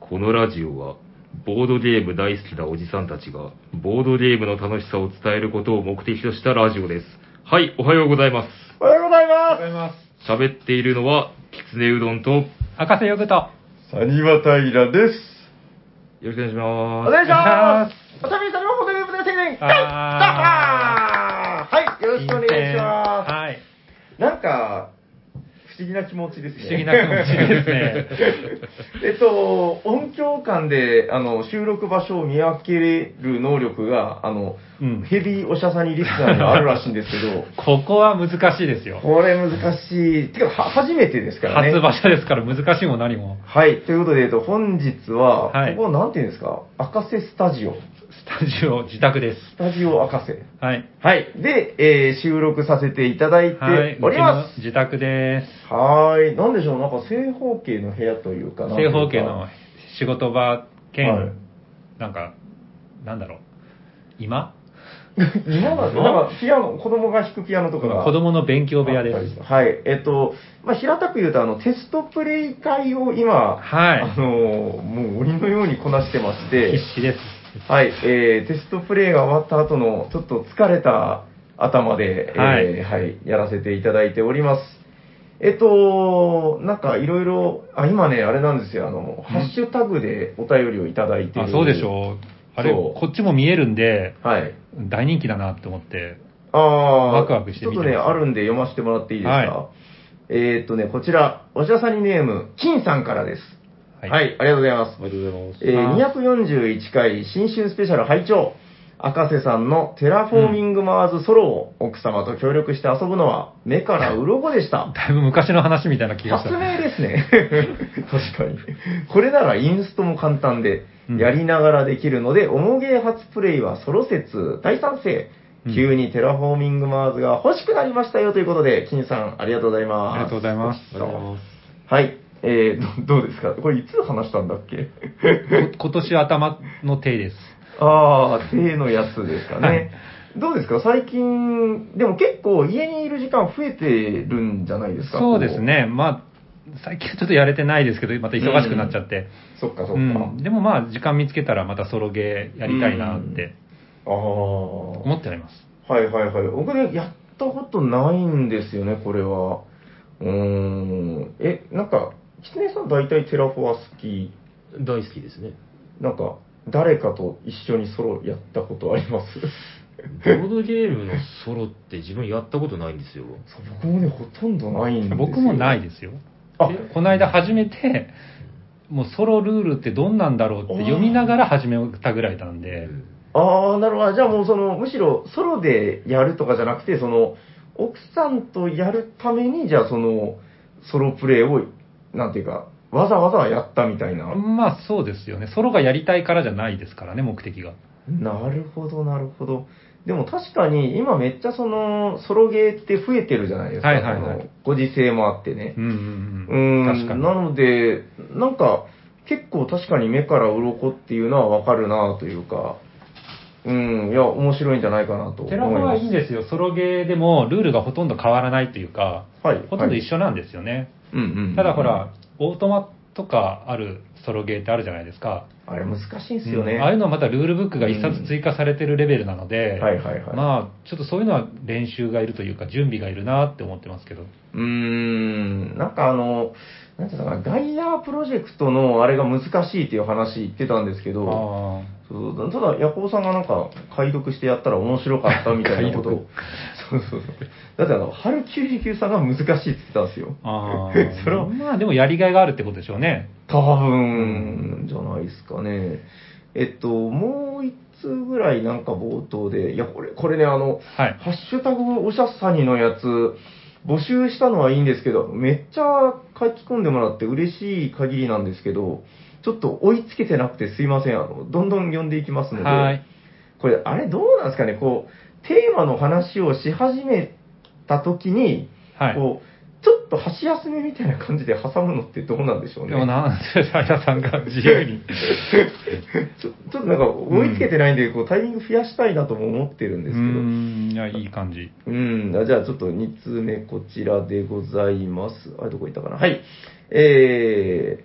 このラジオはボードゲーム大好きなおじさんたちがボードゲームの楽しさを伝えることを目的としたラジオですはいおはようございますおはようございまございます。喋っているのはきつねうどんとよ博士ヨグと。す。サニバタイラです。ろしくお願いしおます願いしま。ますおしゃべりさんのホテルプレ宣言。あはい、よろしくお願いしまはい。す。なんか、不思議な気持ちですね。不思議な気持ちですね えっと、音響間で、あの、収録場所を見分ける能力が、あの、うんヘビーおしゃさにリスナーにはあるらしいんですけ ど、ここは難しいですよ。これ難しい。てか、は初めてですからね。初場所ですから難しいも何も。はい、ということで、えっと、本日は、はいここなんていうんですか、赤瀬スタジオ。スタジオ自宅です。スタジオ赤瀬。はい。はい。で、えー収録させていただいてはい。おりまうちの自宅です。す。はーい。なんでしょう、なんか正方形の部屋というかなんとい正うか方形の仕事場兼、はいなんか、なんだろう。今 今まで、なんかピアノ、子供が弾くピアノとかが。子供の勉強部屋です。はい。えっと、まあ、平たく言うと、あの、テストプレイ会を今、はいあのーもう鬼のようにこなしてまして必、死です。はい、えー、テストプレイが終わった後の、ちょっと疲れた頭で、えーはい、やらせていただいております。えっと、なんかいろいろ、あ、今ね、あれなんですよ、あの、ハッシュタグでお便りをいただいてるあ、そうでしょう。あれ、そうこっちも見えるんで、はい。大人気だなって思って。ああ、ワクワクしてちょ見ってとますね、あるんで読ませてもらっていいですか。はえーっとね、こちら、おしゃさにネーム、金さんからです。はい、ありがとうございます。ありがとうございますえー241回新春スペシャル拝聴赤瀬さんのテラフォーミングマーズソロを奥様と協力して遊ぶのは目から鱗でした。だいぶ昔の話みたいな気がした。発明です ね。確かに。これならインストも簡単で、うんやりながらできるので、重ゲー初プレイはソロ説大賛成。うん急にテラフォーミングマーズが欲しくなりましたよということで、金さんありがとうございます。ありがとうございますありがとうございますはい。えー、どどうですかこれいつ話したんだっけこ今年頭の手です。ああ、手のやつですかね。はいどうですか最近、でも結構家にいる時間増えてるんじゃないですかそうです。ね。まあ、最近はちょっとやれてないですけど、また忙しくなっちゃって。こうそっかそっか。うん。でもまあ、時間見つけたらまたソロゲーやりたいなってああ。思ってあります。はいはいはい。僕ね、やったことないんですよね、これは。うーん。え、なんか、きつねさん大体テラフォは好き。大好きですねなんか、誰かと一緒にソロやったことあります ボードゲームのソロって自分やったことないんですよそう僕もね、ほとんどないんですよ。僕もないす。ですよ。あ、この間初めて、もうソロルールってどんなんだろうって読みながら始めたぐらいなんで、ああ、なるほど。じゃあもうその、むしろソロでやるとかじゃなくて、その、奥さんとやるために、じゃあその、ソロプレイを、なんていうか、わざわざやったみたいな。まあそうですよね。ソロがやりたいからじゃないですからね、目的が。なるほど、なるほど。でも確かに、今めっちゃその、ソロゲーって増えてるじゃないですか。はいはいはいそのご時世もあってねう。んううんうん。ん、確かに。なので、なんか、結構確かに目から鱗っていうのはわかるなというか、うん、いや、面白いんじゃないかなと思います。テラフォはいいす。ですよ。ソロゲーでもルールがほとんど変わらないというか、はい。ほとんど一緒なんですよね。うんうんうんただほら、、オートマとかあるソロゲーってあるじゃないですか。あれ難しいんですよね。うんああいうのはまたルールブックが一冊追加されてるレベルなので、はいはいはい。まあ、ちょっとそういうのは練習がいるというか、準備がいるなって思ってますけど。うーん、なんかあの、なんていうのかな、ガイアプロジェクトのあれが難しいっていう話言ってたんですけど、あそうただ、ヤコウさんがなんか解読してやったら面白かったみたいな ことを。そうそうそう。だってあの、ハルキュリ級さんが難しいって言ってたんですよ。ーあ それはー、まあでもやりがいがあるってことでしょうね。多分、じゃないですかね。えっと、もう一通ぐらいなんか冒頭で、いや、これ、これね、あの、はい。ハッシュタグおしゃさにのやつ、募集したのはいいんですけど、めっちゃ書き込んでもらって嬉しい限りなんですけど、ちょっと追いつけてなくてすいません。あの、どんどん読んでいきますので、はい。これ、あれどうなんですかね、こう、テーマの話をし始めた時に、はい。こう、ちょっと箸休めみたいな感じで挟むのってどうなんでしょうでね。もなんで、サイラさんが自由に。 ちょちょっとなんか追いつけてないんで、こうタイミング増やしたいなとも思ってるんうですけど、ーん、いや、いい感じ。うん、あじゃあちょっと2通目こちらでございます。あ、どこ行ったかな。はい。えー、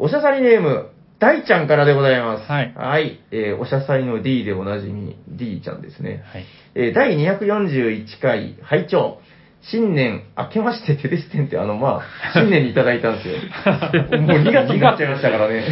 おしゃさりネーム、大ちゃんからでございます。はいえーおしゃさいの D でおなじみ、D ちゃんですね。はい。えー第241回、拝聴新年、明けましてテレステンって、あの、まあ、新年にいただいたんですよ。もう2月になっちゃいましたからね。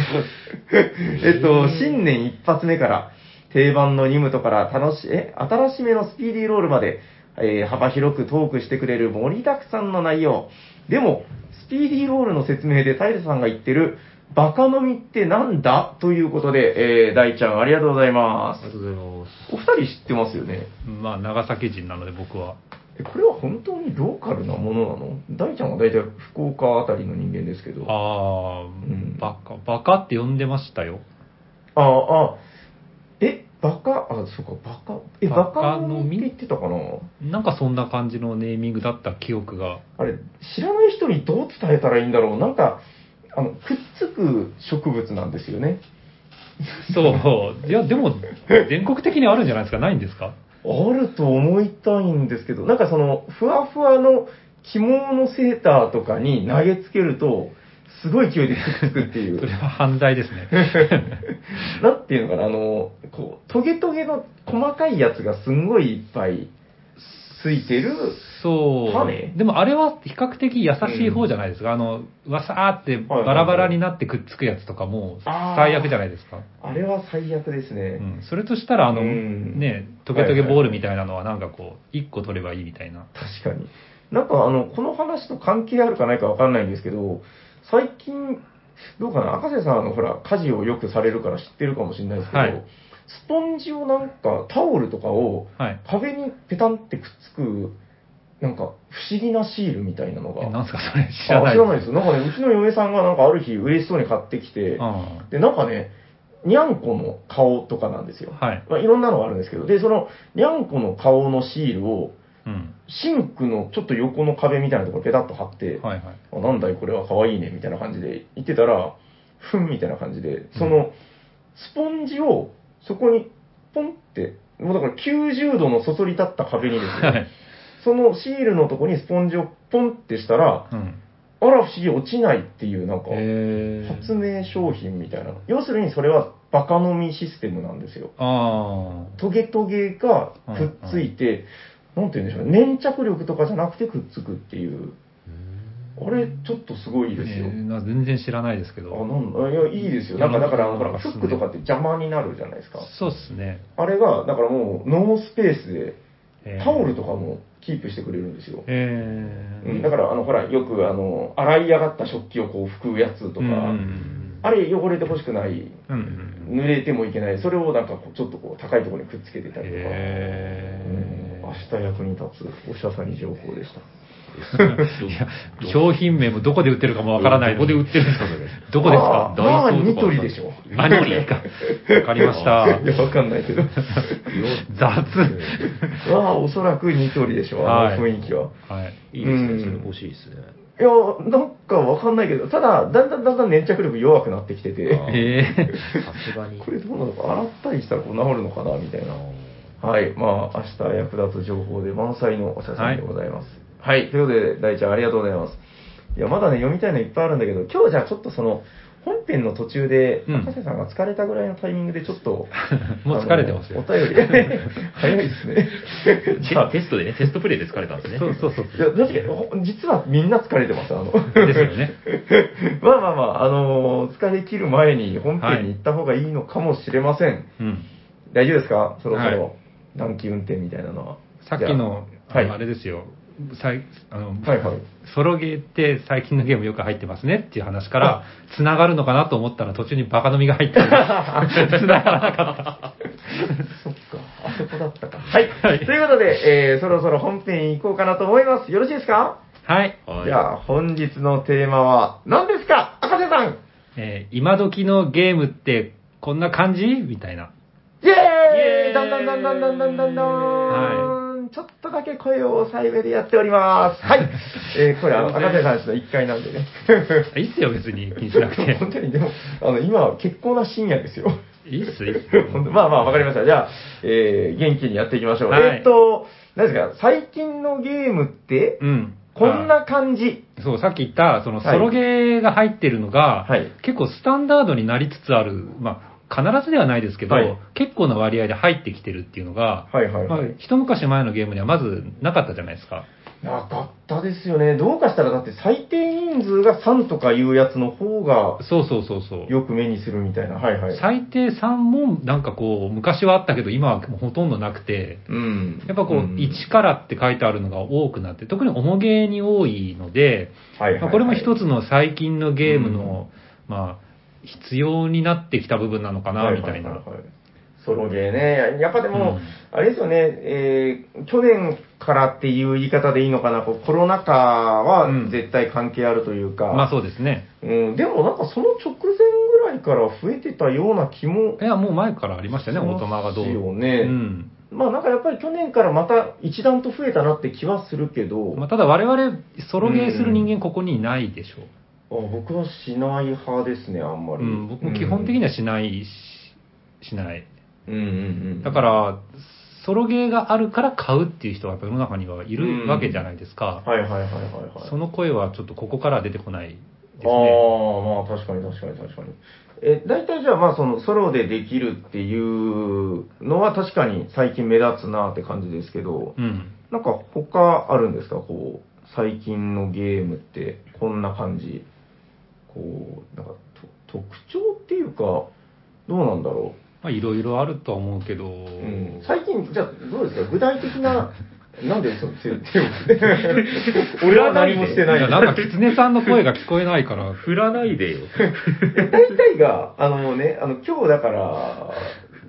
えっと、新年一発目から、定番のニムトから楽し、え、新しめのスピーディーロールまで、えー幅広くトークしてくれる盛りだくさんの内容。でも、スピーディーロールの説明でタイルさんが言ってる、バカ飲みってなんだということで、えー、大ちゃんありがとうございまありがす。とうございます。お二人知ってますよねまあ、長崎人なので僕は。えこれは本当にローカルなものなの大ちゃんは大体福岡あたりの人間ですけど。ああんあ、バカ、バカって呼んでましたよ。あ、あえ、バカ、あ、そうか、バカ、え、ババカカ飲飲みみって言ってたかななんかそんな感じのネーミングだった記憶が。あれ、知らない人にどう伝えたらいいんだろうなんか、あの、くっつく植物なんですよね。 そう。いや、でも、全国的にあるんじゃないですかないんですかあると思いたいんですけど、なんかその、ふわふわの着物のセーターとかに投げつけると、すごい勢いでくっつくってい そうれ。は犯罪ですね。 なんていうのかな、あの、こう、トゲトゲの細かいやつがすんごいいっぱいついてる。そ種う。でもあれは比較的優しい方じゃないですか。あの、わさーってバラバラになってくっつくやつとかもあー最悪じゃないですか。あれは最悪ですうね。ん。それとしたら、あの、うんね、トゲトゲボールみたいなのはなんかこう、1個取ればいいみたいな。確かに。なんかあの、この話と関係あるかないかわかんないんですけど、最近、どうかな、赤瀬さんあの、ほら、家事をよくされるから知ってるかもしれないですけど、はいスポンジをなんか、タオルとかをはい。壁にペタンってくっつく、なんか、不思議なシールみたいなのが。え、なんすかそれあ知らない。知らないですよ。なんかね、うちの嫁さんがなんかある日嬉しそうに買ってきてう、ん。で、なんかね、にゃんこの顔とかなんですよ。はい。まあ、いろんなのがあるんですけど、で、その、にゃんこの顔のシールを、うん。シンクのちょっと横の壁みたいなところペタッと貼って、はいはい。 あなんだいこれは可愛いね、みたいな感じで言ってたら、ふんみたいな感じで、その、スポンジをそこにポンって、もうだから90度のそそり立った壁にです はね、い。そのシールのとこにスポンジをポンってしたら、うん。あら不思議落ちないっていうなんかえ発明商品みたいな要するにそれはバカ飲みシステムなんですよあトゲトゲがくっついて、なんて言うんでしょうね粘着力とかじゃなくてくっつくっていうあれちょっとすごあ。いですよ、えーな全然知らないですけあど。なんだいやいいですよなんかだからほらそうフですねックとかって邪魔になるじゃないですかそうっすね。あれがだからもうノースペースでえータオルとかもキープしてくれるんですよ、えーうん、だからあのほらよくあの洗い上がった食器をこう拭くやつとか、うんうんあれ汚れてほしくないうんうん濡れてもいけない、それをなんかこうちょっとこう高いところにくっつけてたりとか、へーうん明日役に立つおしゃさに情報でした。いや、商品名もどこで売ってるかもわからないどこで売っってるんですか、それ。 どこですあかーまダあ、イソーニとかトリでしょ。あ、ニトリか。わかり ました。いや、わかんないけ ど。雑。まあ、おそらくニトリでしょ、あのはい雰囲気は。はい。いいですうんね、それ欲しいですね。いや、なんかわかんないけど、ただ、だんだんだんだん粘着力弱くなってきてて、あーえさすがに。これどうなのか、洗ったりしたらこう治るのかな、みたいな。はい、まあ、明日役立つ情報で満載のお写真でございます。はい、ということで、大ちゃんありがとうございます。いや、まだね、読みたいのいっぱいあるんだけど、今日じゃあちょっとその、本編の途中で、うん赤瀬さんが疲れたぐらいのタイミングでちょっと、ー、 もう疲れてますあよ。のお便り、 早いです ね。テじゃあ、テストでね、テストプレイで疲れたんですね。そうそうそう。いや、確かにほ、実はみんな疲れてます、あの。ですよね。 まあまあまあ、あのー疲れ切る前に本編に行った方がいいのかもしれません。うん。大丈夫ですかそろそはろ、暖気運転みたいなのは。さっきの、じゃあはいあれですよ。さいあのはいはい。ソロゲーって最近のゲームよく入ってますねっていう話から、つながるのかなと思ったら途中にバカ飲みが入ったんで繋がらなかっそっか、あそこだったか。はい。ということで、えーそろそろ本編行こうかなと思います。よろしいですか、た。はい。はいじゃあ、本日のテーマは何ですか赤瀬さんえー今時のゲームってこんな感じみたいな。イイエーエーイイだんだんだんだんだんだんだんだん、はちょっとだけ声を抑えめでやっております。 はい。えーこれ、あの赤瀬さんちの1階なんでね。いいっすよ、別に気にしなくて。 本当に、でも、あの、今は結構な深夜ですよ。いいっす、いいっす。本 当まあまあ、わかりました。じゃあ、えー元気にやっていきましょう。はいえーっと、何ですか、最近のゲームって、うん。こんな感じそう、さっき言った、その、ソはいロゲーが入ってるのが、はい結構スタンダードになりつつある、まあ、必ずではないですけど、はい結構な割合で入ってきてるっていうのが、はいはいはい。まあ一昔前のゲームにはまずなかったじゃないですか。なかったですよね。どうかしたら、だって最低人数が3とかいうやつの方がそうそうそうそう。よく目にするみたいな。はいはい。最低3もなんかこう、昔はあったけど、今はもうほとんどなくて、うん。やっぱこう、ん1からって書いてあるのが多くなって、特に重ゲーに多いので、はいはいはいまあこれも一つの最近のゲームの、まあ、必要になってきた部分なのかな、みたいはなは。ははソロゲーね。やっぱでも、うんあれですよね、えー去年からっていう言い方でいいのかな、こうコロナ禍はうん絶対関係あるというか、まあそうですね。うん、でもなんかその直前ぐらいから増えてたような気もいや、もう前からありましたね、大人がどう。しますようね。ん。まあなんかやっぱり去年からまた一段と増えたなって気はするけど、まあ、あ、ただ我々、ソロゲーする人間ここにいないでしょ僕はしない派ですね、あんまう。うり。ん、僕も基本的にはしないし、しない。うんうんうん、だから、ソロゲーがあるから買うっていう人がやっぱ世の中にはいるわけじゃないですか。はいはいはいはいはい。その声はちょっとここからは出てこないですね。ああ、まあ確かに確かに確かに。え、大体じゃあまあそのソロでできるっていうのは確かに最近目立つなって感じですけど、うん。なんか他あるんですかこう、最近のゲームってこんな感じ。こう、なんかと特徴っていうか、どうなんだろまあ、いろいろあるとは思うけど、う。うん、最近、じゃあどうですか具体的な、なんで嘘って言 って俺は何もしてないいやなんか、狐さんの声が聞こえない から、振らないでよ。大体が、あのね、あの、今日だから、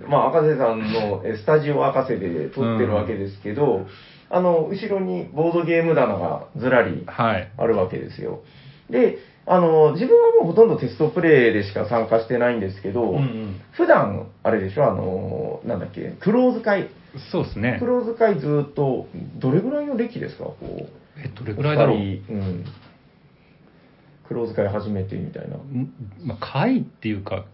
まあ、赤瀬さんのえスタジオ赤瀬で撮ってるわけですけど、あの、後ろにボードゲーム棚がずらりはい。あるわけですよ。で、あの、自分はもうほとんどテストプレイでしか参加してないんですけど、ん、普段、あれでしょ、あの、なんだっけ、クローズ会。そうですねク。ローズ会ずっと、どれぐらいの歴ですか、こう。え、どれぐらいだろうお。二人うん。クローズ会始めてみたいな。んまあ、会っていうか、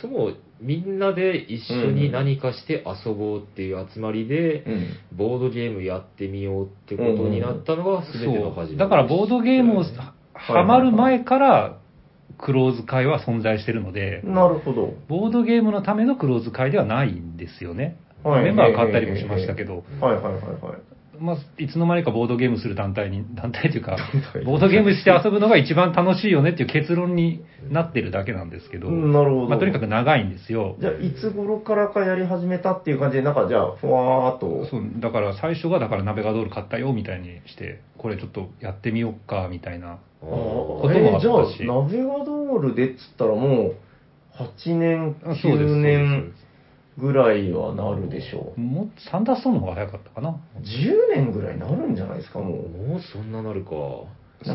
そう、みんなで一緒に何かして遊ぼうっていう集まりで、うん。ボードゲームやってみようってことになったのが全ての始そめう。だからボードゲームをですははまる前から、クローズ会は存在してるので、なるほど。ボードゲームのためのクローズ会ではないんですよね。はいメンバーが変わったりもしましたけど、はいはいはいはい。まあ、いつの間にかボードゲームする団体に、団体というか体、ボードゲームして遊ぶのが一番楽しいよねっていう結論になってるだけなんですけど、うんなるほどまあ、とにかく長いんですよ。じゃあ、いつ頃からかやり始めたっていう感じで、なんかじゃあ、ふわーっと。そうだから最初がだから鍋がドール買ったよみたいにして、これちょっとやってみようかみたいな。ああーーこともあえっじゃたしあ、ナビガドールでっつったらもう、8年、あそうです9年ぐらいはなるでしょう。もうサンダーストーンの方が早かったかな。 10年ぐらいなるんじゃないですか、もう。もうそんななるか。そ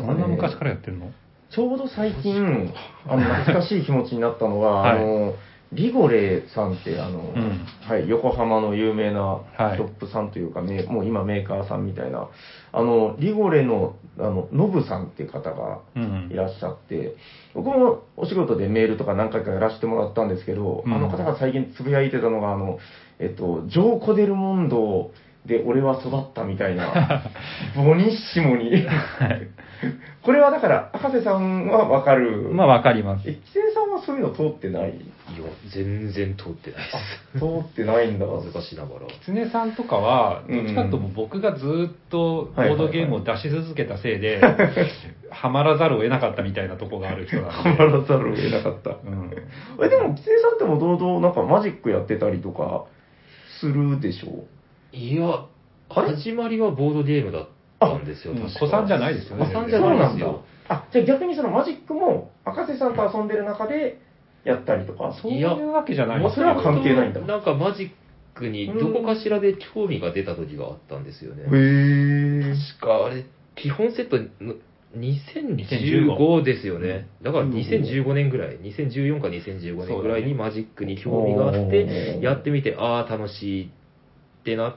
なんんかねな昔からやってるのちょうど最近、あの、懐かしい気持ちになったのが、 はあいの、リゴレさんって、あの、んはい、横浜の有名なはいショップさんというか、ねもう今メーカーさんみたいな、あの、リゴレの、あの、ノブさんっていう方がうんい。らっしゃって、僕もお仕事でメールとか何回かやらせてもらったんですけど、うんあの方が最近つぶやいてたのが、あの、えっと、ジョー・コデルモンドで俺は育ったみたいな、ボニッシモに。これはだから、博士さんはわかる。まあわかります。え、規制さんはそういうの通ってないいや、全然通ってないです。通ってないんだ。恥ずかしながら。狐さんとかは、うんどっちかというともう僕がずーっとボードゲームを出し続けたせいで、はまらざるを得なかったみたいなとこがある人なはんまで。らざるを得なかった。うん、え、でも、規制さんってもともとなんかマジックやってたりとかするでしょういや、あれ始まりはボードゲームだったんですよ、あうん確か子さんじゃないですよね子さんじそゃうなないでんすだよ。。あ、じゃあ逆にそのマジックも、赤瀬さんと遊んでる中でやったりとか、そういうわけじゃないいやそれは関係ないんだなんかマジックにどこかしらで興味が出た時があったんですよね。ぇ確かあれ、基本セットの2015ですよね。だから2015年ぐらい、2014か2015年ぐらいにマジックに興味があってお、ーやってみて、ああ、楽しいってなっ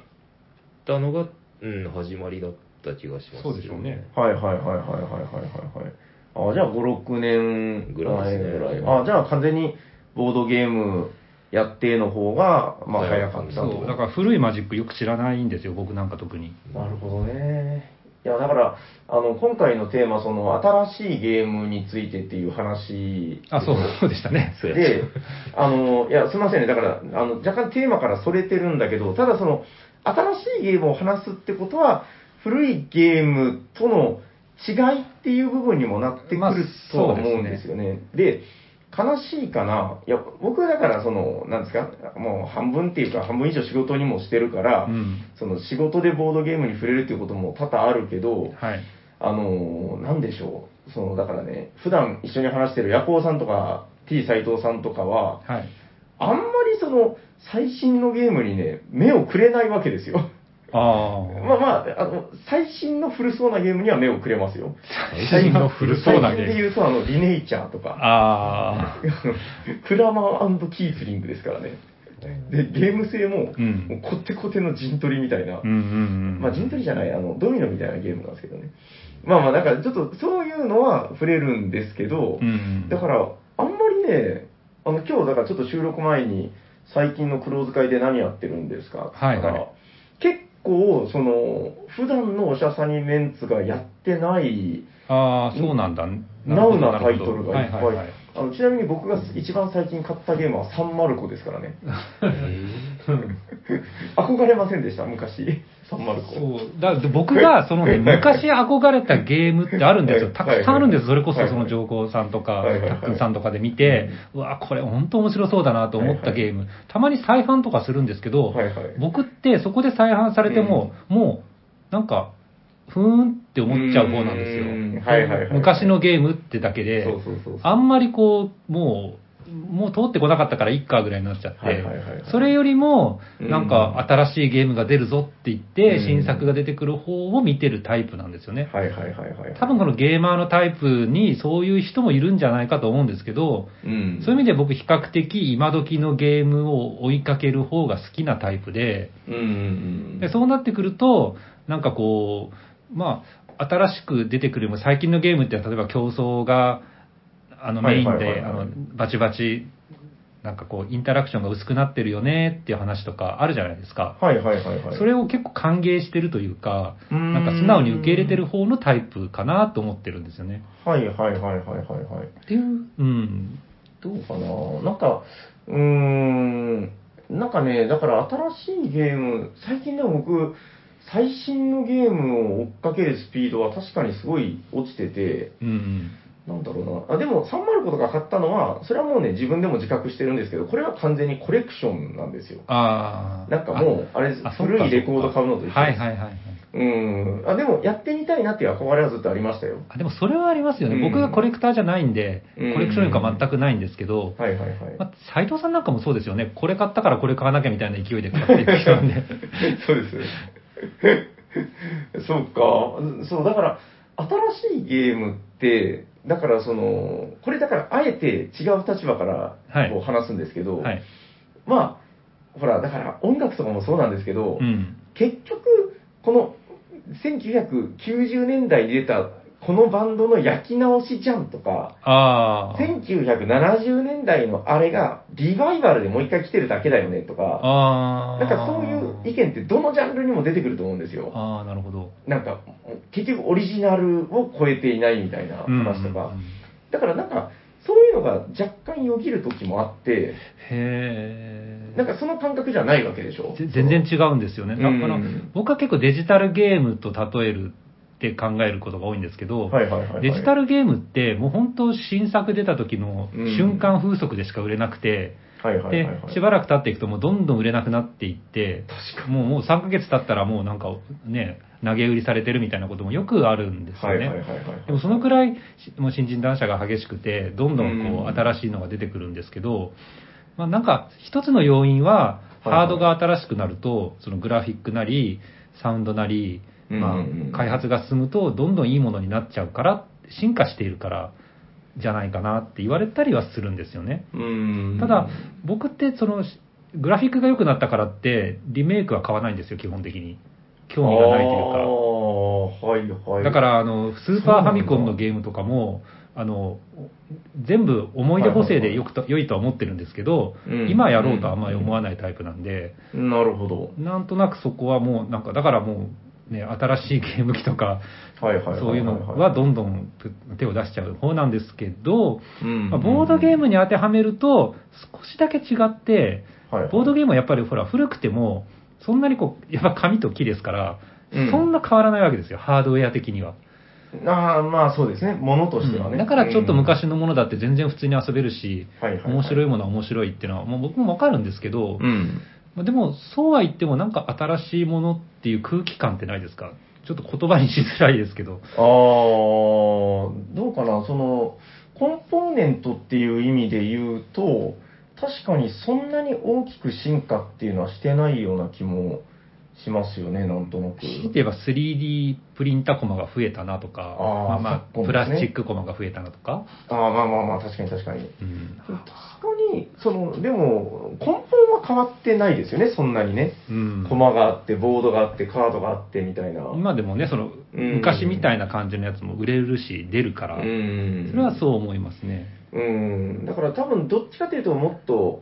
たのが、うん、始まりだった気がします、そうでしょうね。はいはいはいはいはいはいはいはい。あ、じゃあ5、6年ぐらいですねあ、じゃあ完全にボードゲームやっての方が、まあ早かったとそうだから古いマジックよく知らないんですよ、僕なんか特に。なるほどね。いや、だから、あの、今回のテーマ、その、新しいゲームについてっていう話。あ、そう、そうでしたね。そうやで、あの、いや、すみませんね。だから、あの、若干テーマからそれてるんだけど、ただその、新しいゲームを話すってことは、古いゲームとの違いっていう部分にもなってくまあるとはそうです思うねんですよね。で、悲しいかないや、僕はだから、その、なんですか、もう半分っていうか、半分以上仕事にもしてるから、うん。その仕事でボードゲームに触れるっていうことも多々あるけど、はい。あのーなんでしょう。その、だからね、普段一緒に話してるヤコウさんとか、T 斎藤さんとかは、はい。あんまりその、最新のゲームにね、目をくれないわけですよ。ああ。まあまあ、あの、最新の古そうなゲームには目をくれますよ。最近の古そうなゲ最近でーム。言うと、あの、リネイチャーとか、ああ。クラマーキープリングですからね。で、ゲーム性も、う。もうんこってこての陣取りみたいなうんう、んうん。まあ陣取りじゃない、あの、ドミノみたいなゲームなんですけどね。まあまあ、だからちょっとそういうのは触れるんですけどう、ん。だから、あんまりね、あの、今日、だからちょっと収録前に、最近のクローズ会で何やってるんですかって言ったらはいはい結構、その、普段のおしゃさにメンツがやってない、ああ、そうなんだ。ナウなタるイほトどルがいっぱい。はいはいはい。あのちなみに僕が一番最近買ったゲームはサンマルコですからね。 憧れませんでした、昔。サンマルコ。そう。だから僕が、そのね、昔憧れたゲームってあるんですよ。たくさんあるんです。それこそ、その上皇さんとかはいはい、はたいっくんさんとかで見て、うわ、これ本当面白そうだなと思ったゲーム。たまに再販とかするんですけどは、いはい。僕ってそこで再販されても、もう、なんか、ふーんって思っちゃう方なんですようーんはいはいはい。昔のゲームってだけで、そうそうそうそう。あんまりこう、もう、もう通ってこなかったからいっかぐらいになっちゃって、はいはいはいはいそれよりも、うんなんか新しいゲームが出るぞって言って、うん新作が出てくる方を見てるタイプなんですよね。はいはいはいはい。多分このゲーマーのタイプにそういう人もいるんじゃないかと思うんですけど、うん、そういう意味で僕比較的今時のゲームを追いかける方が好きなタイプで、うんうんうでん。そうなってくると、なんかこう、まあ、新しく出てくる、最近のゲームって、例えば競争があのはいメインはいはいで、あはいのバチバチ、なんかこう、インタラクションが薄くなってるよねっていう話とかあるじゃないですか。はいはいはいはい。それを結構歓迎してるというか、うーんなんか素直に受け入れてる方のタイプかなと思ってるんですよね。はいはいはいはいはいはい。っていう、うん。どうかななんか、うーん、なんかね、だから新しいゲーム、最近でも僕、最新のゲームを追っかけるスピードは確かにすごい落ちてて、うんなんだろうな。あ、でも305とか買ったのは、それはもうね、自分でも自覚してるんですけど、これは完全にコレクションなんですよ。ああ。なんかもう、あれですあ、あそっか古いレコード買うのと一緒です。はいはいはいはい。うん。あ、でもやってみたいなっていう憧れはずっとありましたよ。あでもそれはありますよね、うん僕がコレクターじゃないんで、うんコレクション力は全くないんですけど、はいはいはい。まあ、斉藤さんなんかもそうですよね、これ買ったからこれ買わなきゃみたいな勢いで買っていく人なんで、 そうです。 そうか。そう、だから、新しいゲームって、だからその、これだから、あえて違う立場からはいこう話すんですけど、はいまあ、ほら、だから音楽とかもそうなんですけど、うん、結局、この1990年代に出た、このバンドの焼き直しじゃんとか、あー1970年代のあれがリバイバルでもう一回来てるだけだよねとか、あなー、んかそういう意見ってどのジャンルにも出てくると思うんですよ。ああ、なるほど、なんか、結局オリジナルを超えていないみたいな話とかうんうんうん。だからなんか、そういうのが若干よぎる時もあって、へなんえ、かその感覚じゃないわけでしょぜ全然違うんですよね、うんなんかあの僕は結構デジタルゲームと例えるって考えることが多いんですけど、はいはいはいはい。デジタルルゲームって、もう本当、新作出た時の瞬間風速でしか売れなくて。はいはいはでいはい。しばらく経っていくともうどんどん売れなくなっていって確もうもう3ヶ月経ったらもうなんかね投げ売りされてるみたいなこともよくあるんですよはいね、はいはいはいはい。でもそのくらいしもう新人断捨が激しくてどんどんうんこう新しいのが出てくるんですけど、まあ、なんか一つの要因ははいはいハードが新しくなるとそのグラフィックなりサウンドなり、まうんうんうんあ、開発が進むとどんどんいいものになっちゃうから進化しているからじゃないかなって言われたりはするんですよね。うん。ただ、僕ってそのグラフィックが良くなったからってリメイクは買わないんですよ基本的に興味がないとああ、いはいはうかい。だからあのスーパーファミコンのゲームとかもあの全部思い出補正でよくと、良いとは思ってるんですけど、うん今やろうとはあんまり思わないタイプなんで、なるほど。なんとなくそこはもうなんかだからもね、新しいゲーム機とか、はいはいはいはい。そういうのはどんどん手を出しちゃう方なんですけど、うん、まあボードゲームに当てはめると、少しだけ違って、はいはいボードゲームはやっぱりほら、古くても、そんなにこう、やっぱ紙と木ですから、うんそんな変わらないわけですよ、ハードウェア的には。ああ、まあそうですね。ものとしてはうね。んだからちょっとうん昔のものだって全然普通に遊べるし、はいはいはい面白いものは面白いっていうのは、もう僕もわかるんですけど、うん。まあでも、そうは言ってもなんか新しいものっていう空気感ってないですかちょっと言葉にしづらいですけど。ああ、どうかな、その、コンポーネントっていう意味で言うと、確かにそんなに大きく進化っていうのはしてないような気もしますよね、なんとなく。強いて言えば 3D プリンタコマが増えたなとか、あーまあまあ昨今プですねラスチックコマが増えたなとか、ああ、まあまあまあ、確かに確かに。うん確かに、その、でも、根本は変わってないですよね、そんなにね。うん駒があって、ボードがあって、カードがあってみたいな。今でもね、そのうん昔みたいな感じのやつも売れるし、出るから、うそん。れはそう思いますね。うん、だから多分どっちかというともっと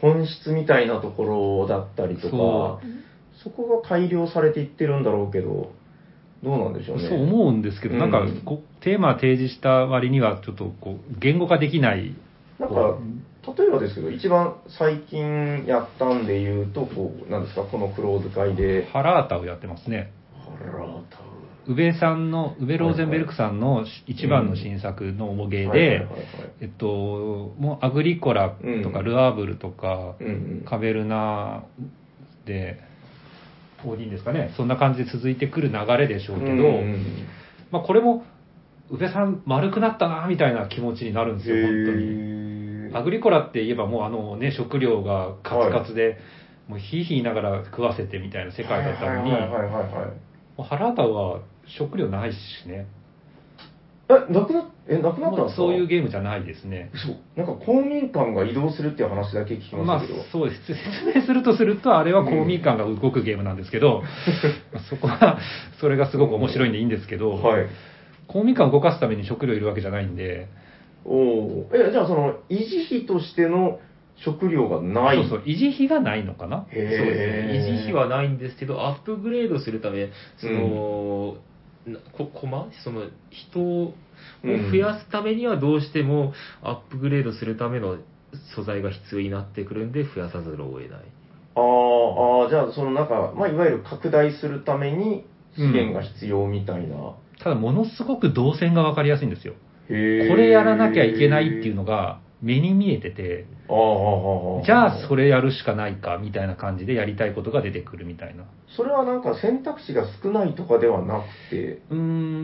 本質みたいなところだったりとそか、そこが改良されていってるんだろうけど、どうなんでしょうね。そう思うんですけど、うんなんかこうテーマ提示した割には、ちょっとこう言語化できない、なんか、例えばですけど、一番最近やったんで言うと、こう、なんですか、このクローズ会で。ハラータをやってますね。ハラータ宇部さんの、宇部ローゼンベルクさんの一番の新作の重ウげはいはいではい、はいえっと、もうアグリコラとうかんルアーブルとか、うんうんカベルナで、オーディンですかね、そんな感じで続いてくる流れでしょうけど、うんうんまあこれも、宇部さん丸くなったな、みたいな気持ちになるんですよ、本当に。へーアグリコラって言えばもうあのね、食料がカツカツで、もうヒーヒー言いながら食わせてみたいな世界だったのに、はいはいはいはいはいもうハラータは食料ないしね。え、なくな、え、なくなったんもでうすかそういうゲームじゃないですね。そう。なんか公民館が移動するっていう話だけ聞きままあしたけど。そうです。説明するとすると、あれは公民館が動くゲームなんですけ ど、そこは、それがすごく面白いんでいいんですけど、はい。公民館を動かすために食料いるわけじゃないんで、おお。え、じゃあその維持費としての食料がない。そうそう、維持費がないのかなへーそうですね、維持費はないんですけど、アップグレードするため、その、なこ駒その人を増やすためにはどうしてもアップグレードするための素材が必要になってくるんで、増やさざるを得ない。あーあー、じゃあそのなんか、まあいわゆる拡大するために資源が必要みたいな。ただ、ものすごく動線が分かりやすいんですよ。へーこれやらなきゃいけないっていうの。が目に見えてて、あーあーあーあーじゃあそれやるしかないかみたいな感じでやりたいことが出てくるみたいな。それはなんか選択肢が少ないとかではなくて。うー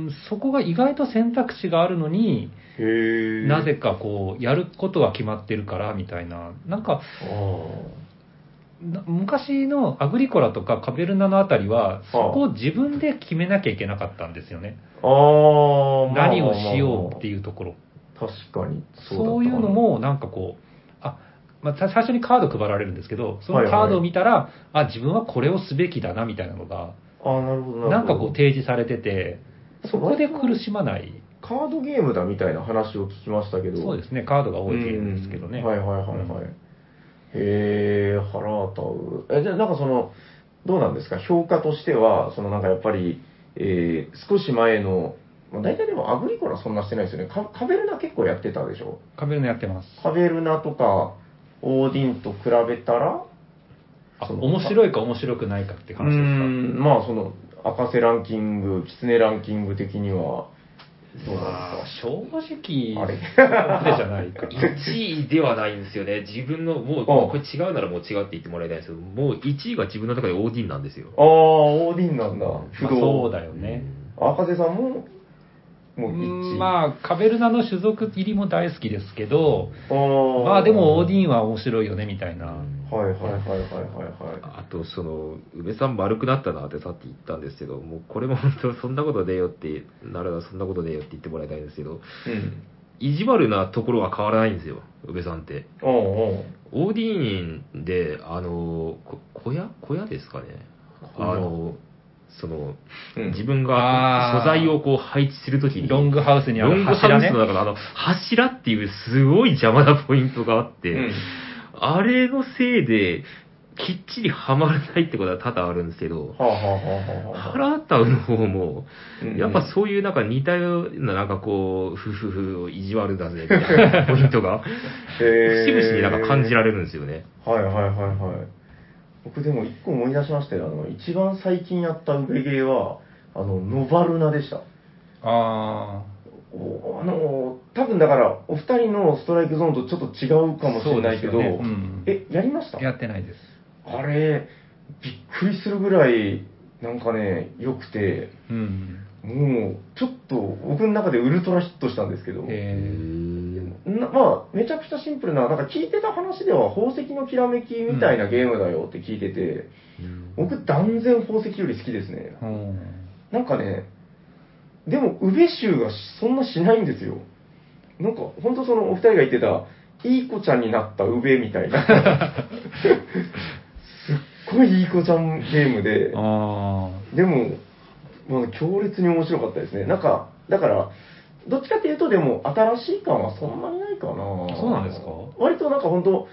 ん、そこが意外と選択肢があるのに、へえ。なぜかこう、やることは決まってるからみたいな、なんか、ああ。な昔のアグリコラとかカベルナのあたりは、そこを自分で決めなきゃいけなかったんですよね。ああ、何をしようってう。いうところ。確かにだったかなそういうの、も、なんかこう、あ、まあ、た最初にカード配られるんですけど、そのカードを見たら、あ、自分はこれをすべきだなみたいなのが、ああ、なるほど、ななんるかほこどう。提示されてて、そこで苦しまない。カードゲームだみたいな話を聞きましたけど。そうですね、カードが多いゲームですけどうね。んはいはいはいはい。へえ、腹当たう。え、じゃあなんかその、どうなんですか評価としては、そのなんかやっぱり、えー少し前の、まあ、大体でもアグリコラそんなしてないですよね。カカベルナ結構やってたでしょカベルナやってます。カベルナとか、オーディンと比べたら、あ、そう面白いか面白くないかってうー話ですか。ん、まあその、赤瀬ランキング、キツネランキング的には、どうなんまであ、正直、あれそうじゃないかな。 1位ではないんですよね。自分の、もう、これ違うならもう違うって言ってもらいたいんですけど、もう1位が自分の中でオーディンなんですよす。かああ、オーディンなんだ。不まあ動。そうだよね。赤瀬さんも、もう一うんまあ、カベルナの種族入りも大好きですけど、あーまあでもオーディンは面白いよねみたいな。はいはいはいはいはいはい。あと、その、宇部さん丸くなったなってさっき言ったんですけど、もうこれも本当、そんなことねえよって、ならそんなことねえよって言ってもらいたいんですけど、うん。意地悪なところは変わらないんですよ、宇部さんって。おうおう。オーディーンで、あの、こ小屋小屋ですかね。小屋あの、その、うん自分があー素材をこう配置するときに、ロングハウスにあロンるグハ柱ウねス。の中のあの、柱っていうすごい邪魔なポイントがあって、うんあれのせいで、きっちりはまらないってことは多々あるんですけど、はあ、はあはあはあはあ。ハラタウの方も、うんうんやっぱそういうなんか似たような、なんかこう、ふふふ、意地悪だぜ、みたいな ポイントが、節節々になんか感じられるんですよね。はいはいはいはい。僕でも一個思い出しましたよ。あの、一番最近やった上芸は、あの、ノバルナでした。あおあの、多分だから、お二人のストライクゾーンとちょっと違うかもしれないけど、そうですよねうんえ、やりましたあ、やってないです。あれ、びっくりするぐらい、なんかね、良くて、うん。もう、ちょっと僕の中でウルトラヒットしたんですけど、えなまあ、めちゃくちゃシンプルな、なんか聞いてた話では宝石のきらめきみたいなゲームだよって聞いてて、僕断然宝石より好きですねー。うん。なんかね、でも、宇部衆がしそんなしないんですよ。なんか、ほんとそのお二人が言ってた、いい子ちゃんになった宇部みたいな。すっごいいい子ちゃんゲームで、あでも、まあ、強烈に面白かったですね。なんか、だから、どっちかっていうと、でも、新しい感はそんなにないかな。そうなんですか割となんか本当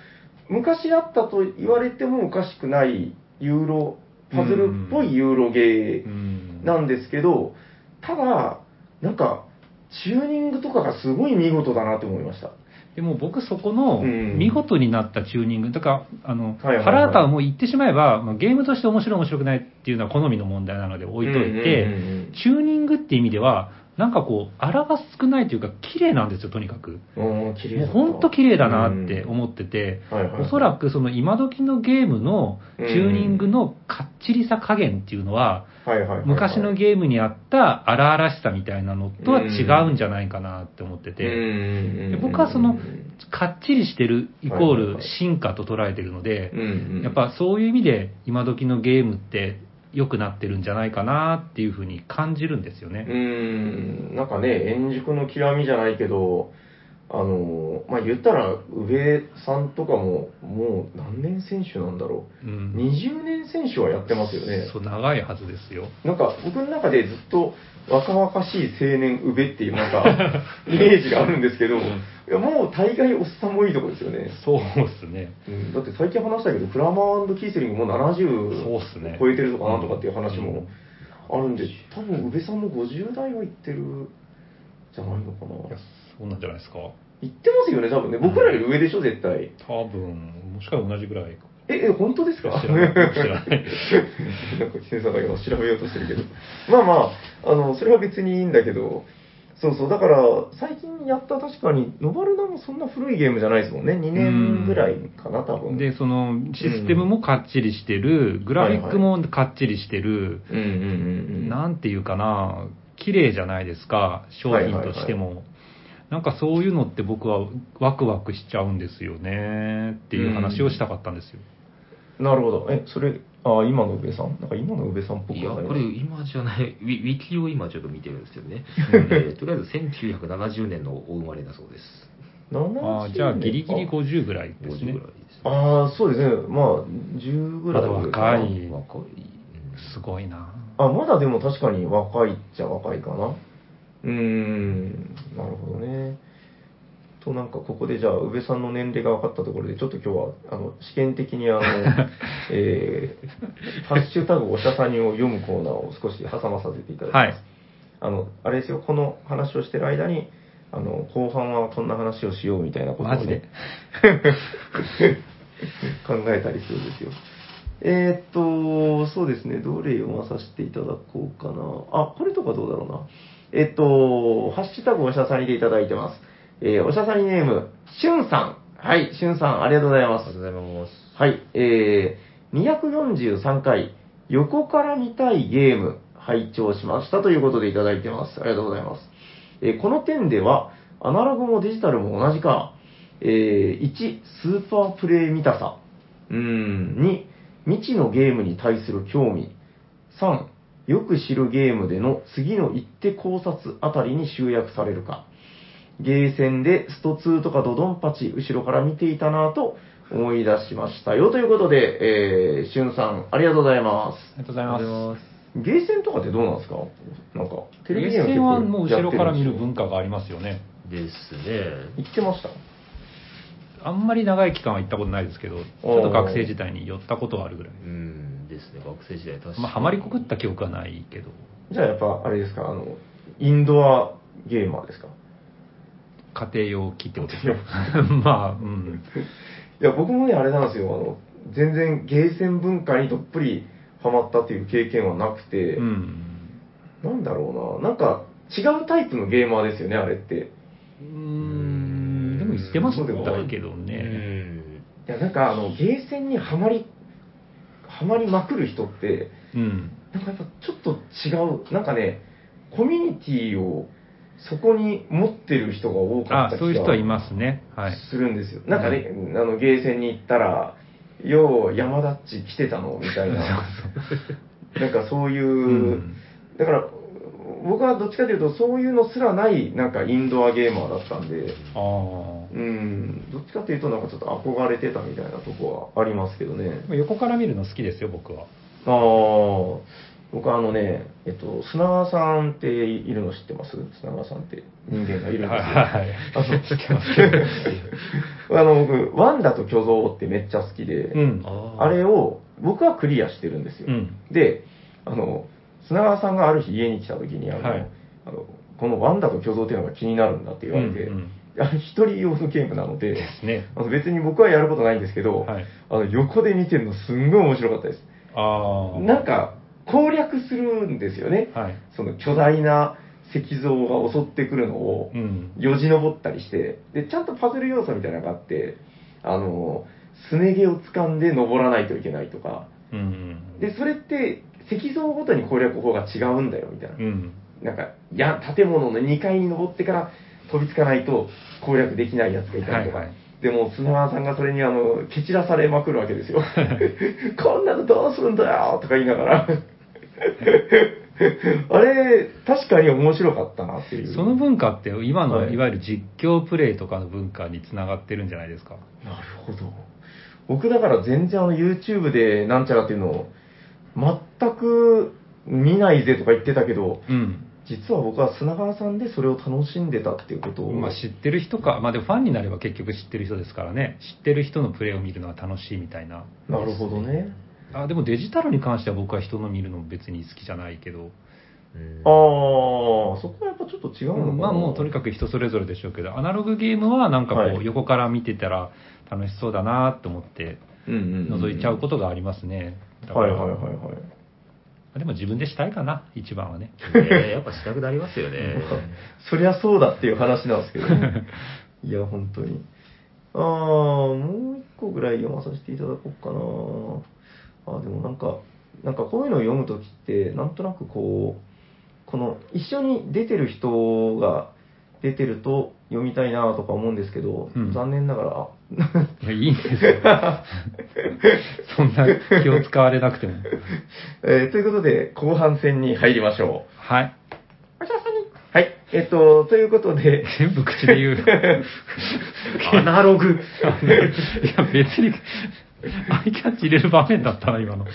昔あったと言われてもおかしくないユーロ、パズルっぽいユーロゲーー。うん。なんですけど、ただ、なんか、チューニングとかがすごい見事だなと思いました。でも僕そこのうん見事になったチューニング、だから、あの、はいはいはいハラータはもう言ってしまえば、まあゲームとして面白い面白くないっていうのは好みの問題なので置いといて、うんうんうんうんチューニングって意味では、なんかこう、荒が少ないというか、綺麗なんですよ、とにかく。うん、綺麗だもうったほんと綺麗だなって思ってて、うんはいはいおそらくその今時のゲームのチューニングのかっちりさ加減っていうのは、はいはいはいはい昔のゲームにあった荒々しさみたいなのとは違うんじゃないかなって思ってうんて、うんうんうんで僕はそのうんかっちりしてるイコーはいはいはいル進化と捉えてるのでう、んうんやっぱそういう意味で今時のゲームって良くなってるんじゃないかなっていうふうに感じるんですようね。ん、なんかね、円熟の極みじゃないけど、あの、まあ、言ったら、上さんとかも、もう何年選手なんだろうう。ん20年選手はやってますよね。そう、長いはずですよ。なんか、僕の中でずっと若々しい青年宇部っていうなん か、イメージがあるんですけど、いやもう大概おっさんもいいとこですよね。そうですね。うんだって最近話したけど、フラマーキースリングもそうっす70ね超えてるとかなんとかっていう話うもんあるんで、多分宇部さんも50代は行ってるじゃないのかいやな。、そうなんじゃないですか。行ってますよね、多分ね。僕らより上でしょ、絶対。多分、もしかは同じぐらいか。え、え、本当ですか知らない知らない なんか、先生が今調べようとしてるけ ど。まあまあ、あの、それは別にいいんだけど、そうそう、だから、最近やった確かに、ノバルダもそんな古いゲームじゃないですもんね。2年ぐらいかな、多分。で、その、システムもかっちりしてる、グラフィックもかっちりしてる、うんうんうんうん。なんていうかな、綺麗じゃないですか、商品としても。なんかそういうのって僕はワクワクしちゃうんですよねっていう話をしたかったんですよ。なるほど。え、それ、あ今の宇部さんなんか今の宇部さんっぽくいや、はなこれ今じゃない、ウィウィキを今ちょっと見てるんですけどね。えーとりあえず1970年のお生まれだそうです。 70あーじゃあギリギリ50ぐらいで50すぐらいねで。す、ね。ああ、そうですね。まあ、10ぐらいまだ若い若い。すごいな。あ、まだでも確かに若いっちゃ若いかな。うーん、なるほどね。と、なんかここでじゃあ、宇部さんの年齢が分かったところで、ちょっと今日は、あの、試験的 にあの、えー、ハッシュタグおしゃさにを読むコーナーを少し挟まさせていただきます。はいあの、あれですよ、この話をしてる間に、あの、後半はこんな話をしようみたいなことをマジねで、 考えたりするんですよ。えーっと、そうですね、どれ読まさせていただこうかな。あ、これとかどうだろうな。えーっと、ハッシュタグおしゃさにでいただいてます。えーおしゃさにネーム、しゅんさん。はい、しゅんさん、ありがとうございあまりがすとう。ございます。はい、えー、243回、横から見たいゲーム、拝聴しましたということでいただいてます。ありがとうございます。えーこの点では、アナログもデジタルも同じか、えー1、スーパープレイ見たさ、うーん、2、未知のゲームに対する興味、3、よく知るゲームでの次の一手考察あたりに集約されるか、ゲーセンでスト2とかドドンパチ後ろから見ていたなぁと思い出しましたよということで、えー、しゅんさんありがとうございまありがとうございます。す。す。ゲーセンとかってどうなんですかなんか、テレビゲゲーームセンはもう後結構やってんですよろから見る文化がありますよね。ですね。行ってましたあんまり長い期間は行ったことないですけど、ちょっと学生時代に寄ったことはあるぐらい。うんですね、学生時代確かまあ、ハマりこくった記憶はないけど。じゃあやっぱ、あれですか、あの、インドアゲーマーですか家庭用機ってことですよ。 まあ、うん。いや、僕もね、あれなんですよ、あの、全然ゲーセン文化にどっぷりハマったっていう経験はなくて、うん。なんだろうな、なんか違うタイプのゲーマーですよね、あれって。うーん。でも行ってましたけどね。いや、なんかあの、ゲーセンにはまり、はまりまくる人って、うん。なんかやっぱちょっと違う、なんかね、コミュニティをそこに持ってる人が多かっあた、気そういう人はいがますね。はい。するんですよ。なんかね、あの、ゲーセンに行ったら、よう、山田っち来てたのみたい な、なんかそういう、うん。だから、僕はどっちかというと、そういうのすらない、なんかインドアゲーマーだったんで、ああ。うん、どっちかというと、なんかちょっと憧れてたみたいなとこはありますけどね。でも横から見るの好きですよ、僕は。ああ、僕あのね、えっと、砂川さんっているの知ってます砂川さんって人間がいるんですよ。はい。あのあの、僕、ワンダと巨像ってめっちゃ好きで、うん。ああれを、を僕はクリアしてるんですよ。うん。で、あの、砂川さんがある日家に来た時に、あの、はいあのこのワンダと巨像っていうのが気になるんだって言われて、うんうんあれ一人用のゲームなので、ですね。あの別に僕はやることないんですけど、はい。あの横で見てるのすんごい面白かったです。ああ。なんか攻略するんですよね。はい。その巨大な石像が襲ってくるのをうん。よじ登ったりして、で、ちゃんとパズル要素みたいなのがあって、あの、すね毛を掴んで登らないといけないとか、うん。で、それって石像ごとに攻略法が違うんだよみたいなう。ん。なんか、や、建物の2階に登ってから飛びつかないと攻略できないやつがいたりとか。はいはいでも、砂川さんがそれにあの、蹴散らされまくるわけです よ。こんなのどうするんだよとか言いながら。あれ、確かに面白かったなっていう。その文化って今はのいいわゆる実況プレイとかの文化につながってるんじゃないですか。なるほど。僕だから全然あの YouTube でなんちゃらっていうのを全く見ないぜとか言ってたけど、うん。実は僕は砂川さんでそれを楽しんでたっていうことを。まあ知ってる人か、まあでもファンになれば結局知ってる人ですからね、知ってる人のプレイを見るのは楽しいみたいな。なるほどね。あでもデジタルに関しては僕は人の見るの別に好きじゃないけど、うんああ、そこはやっぱちょっと違うのかな。まあもうとにかく人それぞれでしょうけど、アナログゲームはなんかはこうい横から見てたら楽しそうだなと思ってく、うんうんん覗いちゃうことがありますね。だかはいらはいはいはい。でも自分でしたいかな、一番はね。ねやっぱしたくなりますよ ね。そりゃそうだっていう話なんです けど、ね、いや、本当に。ああ、もう一個ぐらい読まさせていただこうかな。あーでもなんか、なんかこういうのを読むときって、なんとなくこう、この一緒に出てる人が出てると読みたいなとか思うんですけど、うん残念ながら、いやいいんですよ。そんな気を使われなくても。 えーということで、後半戦に入りましょう。はい。はい。えっと、ということで、全部口で言う。い アナログ。や、別に、アイキャッチ入れる場面だったな、今の。い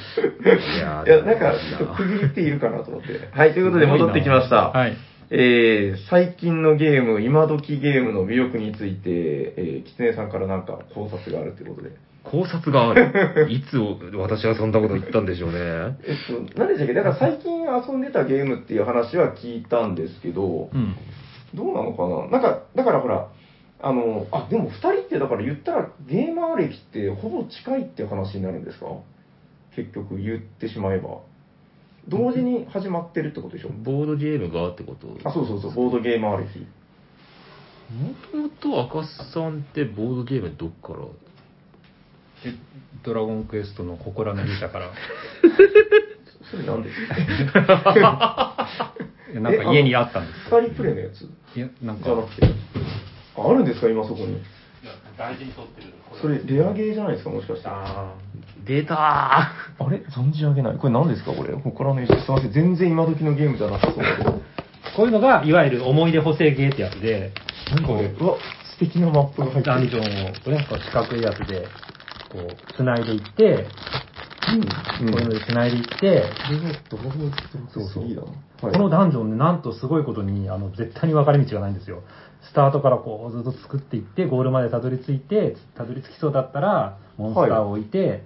やいや、なんか、ちょっと区切っているかなと思って。はい、ということで戻ってきました。はい。えー、最近のゲーム、今時ゲームの魅力について、えー、キツネさんからなんか考察があるということで。考察があ る。いつを私はそんなこと言ったんでしょうね。えっと、何でしたっけだから最近遊んでたゲームっていう話は聞いたんですけどう、ん。どうなのかななんか、だからほら、あの、あ、でも二人ってだから言ったらゲーマー歴ってほぼ近いっていう話になるんですか結局言ってしまえば。同時に始まってるってことでしょボードゲームがってことあ、そうそうそう、ボードゲーマー歴。もともと赤須さんってボードゲームどっからドラゴンクエストの祠の勇者から、それなんですかいやなんか家にあったんで 二人プレイのやつす。いや、なんじかゃ、なくて。ああるんですか今そこに。大事に取ってる。それ、レアゲーじゃないですかもしかして。ああ出たれ存じ上げない。これ何ですかこれ。ここからの一すいません。全然今時のゲームじゃなさそうだけど。ーこういうのが、いわゆる思い出補正ゲーってやつで、何これ。うわ、素敵なマップが入ってダンる。ジョンを、ね、こう四角いやつで、こう、繋いでいって、うんこういうので繋いでいって、ドラゴンクエストのそうそう3だな。このはいダンジョンね、なんとすごいことに、あの、絶対に分かれ道がないんですよ。スタートからこうずっと作っていって、ゴールまでたどり着いて、たどり着きそうだったら、モンスターを置いて、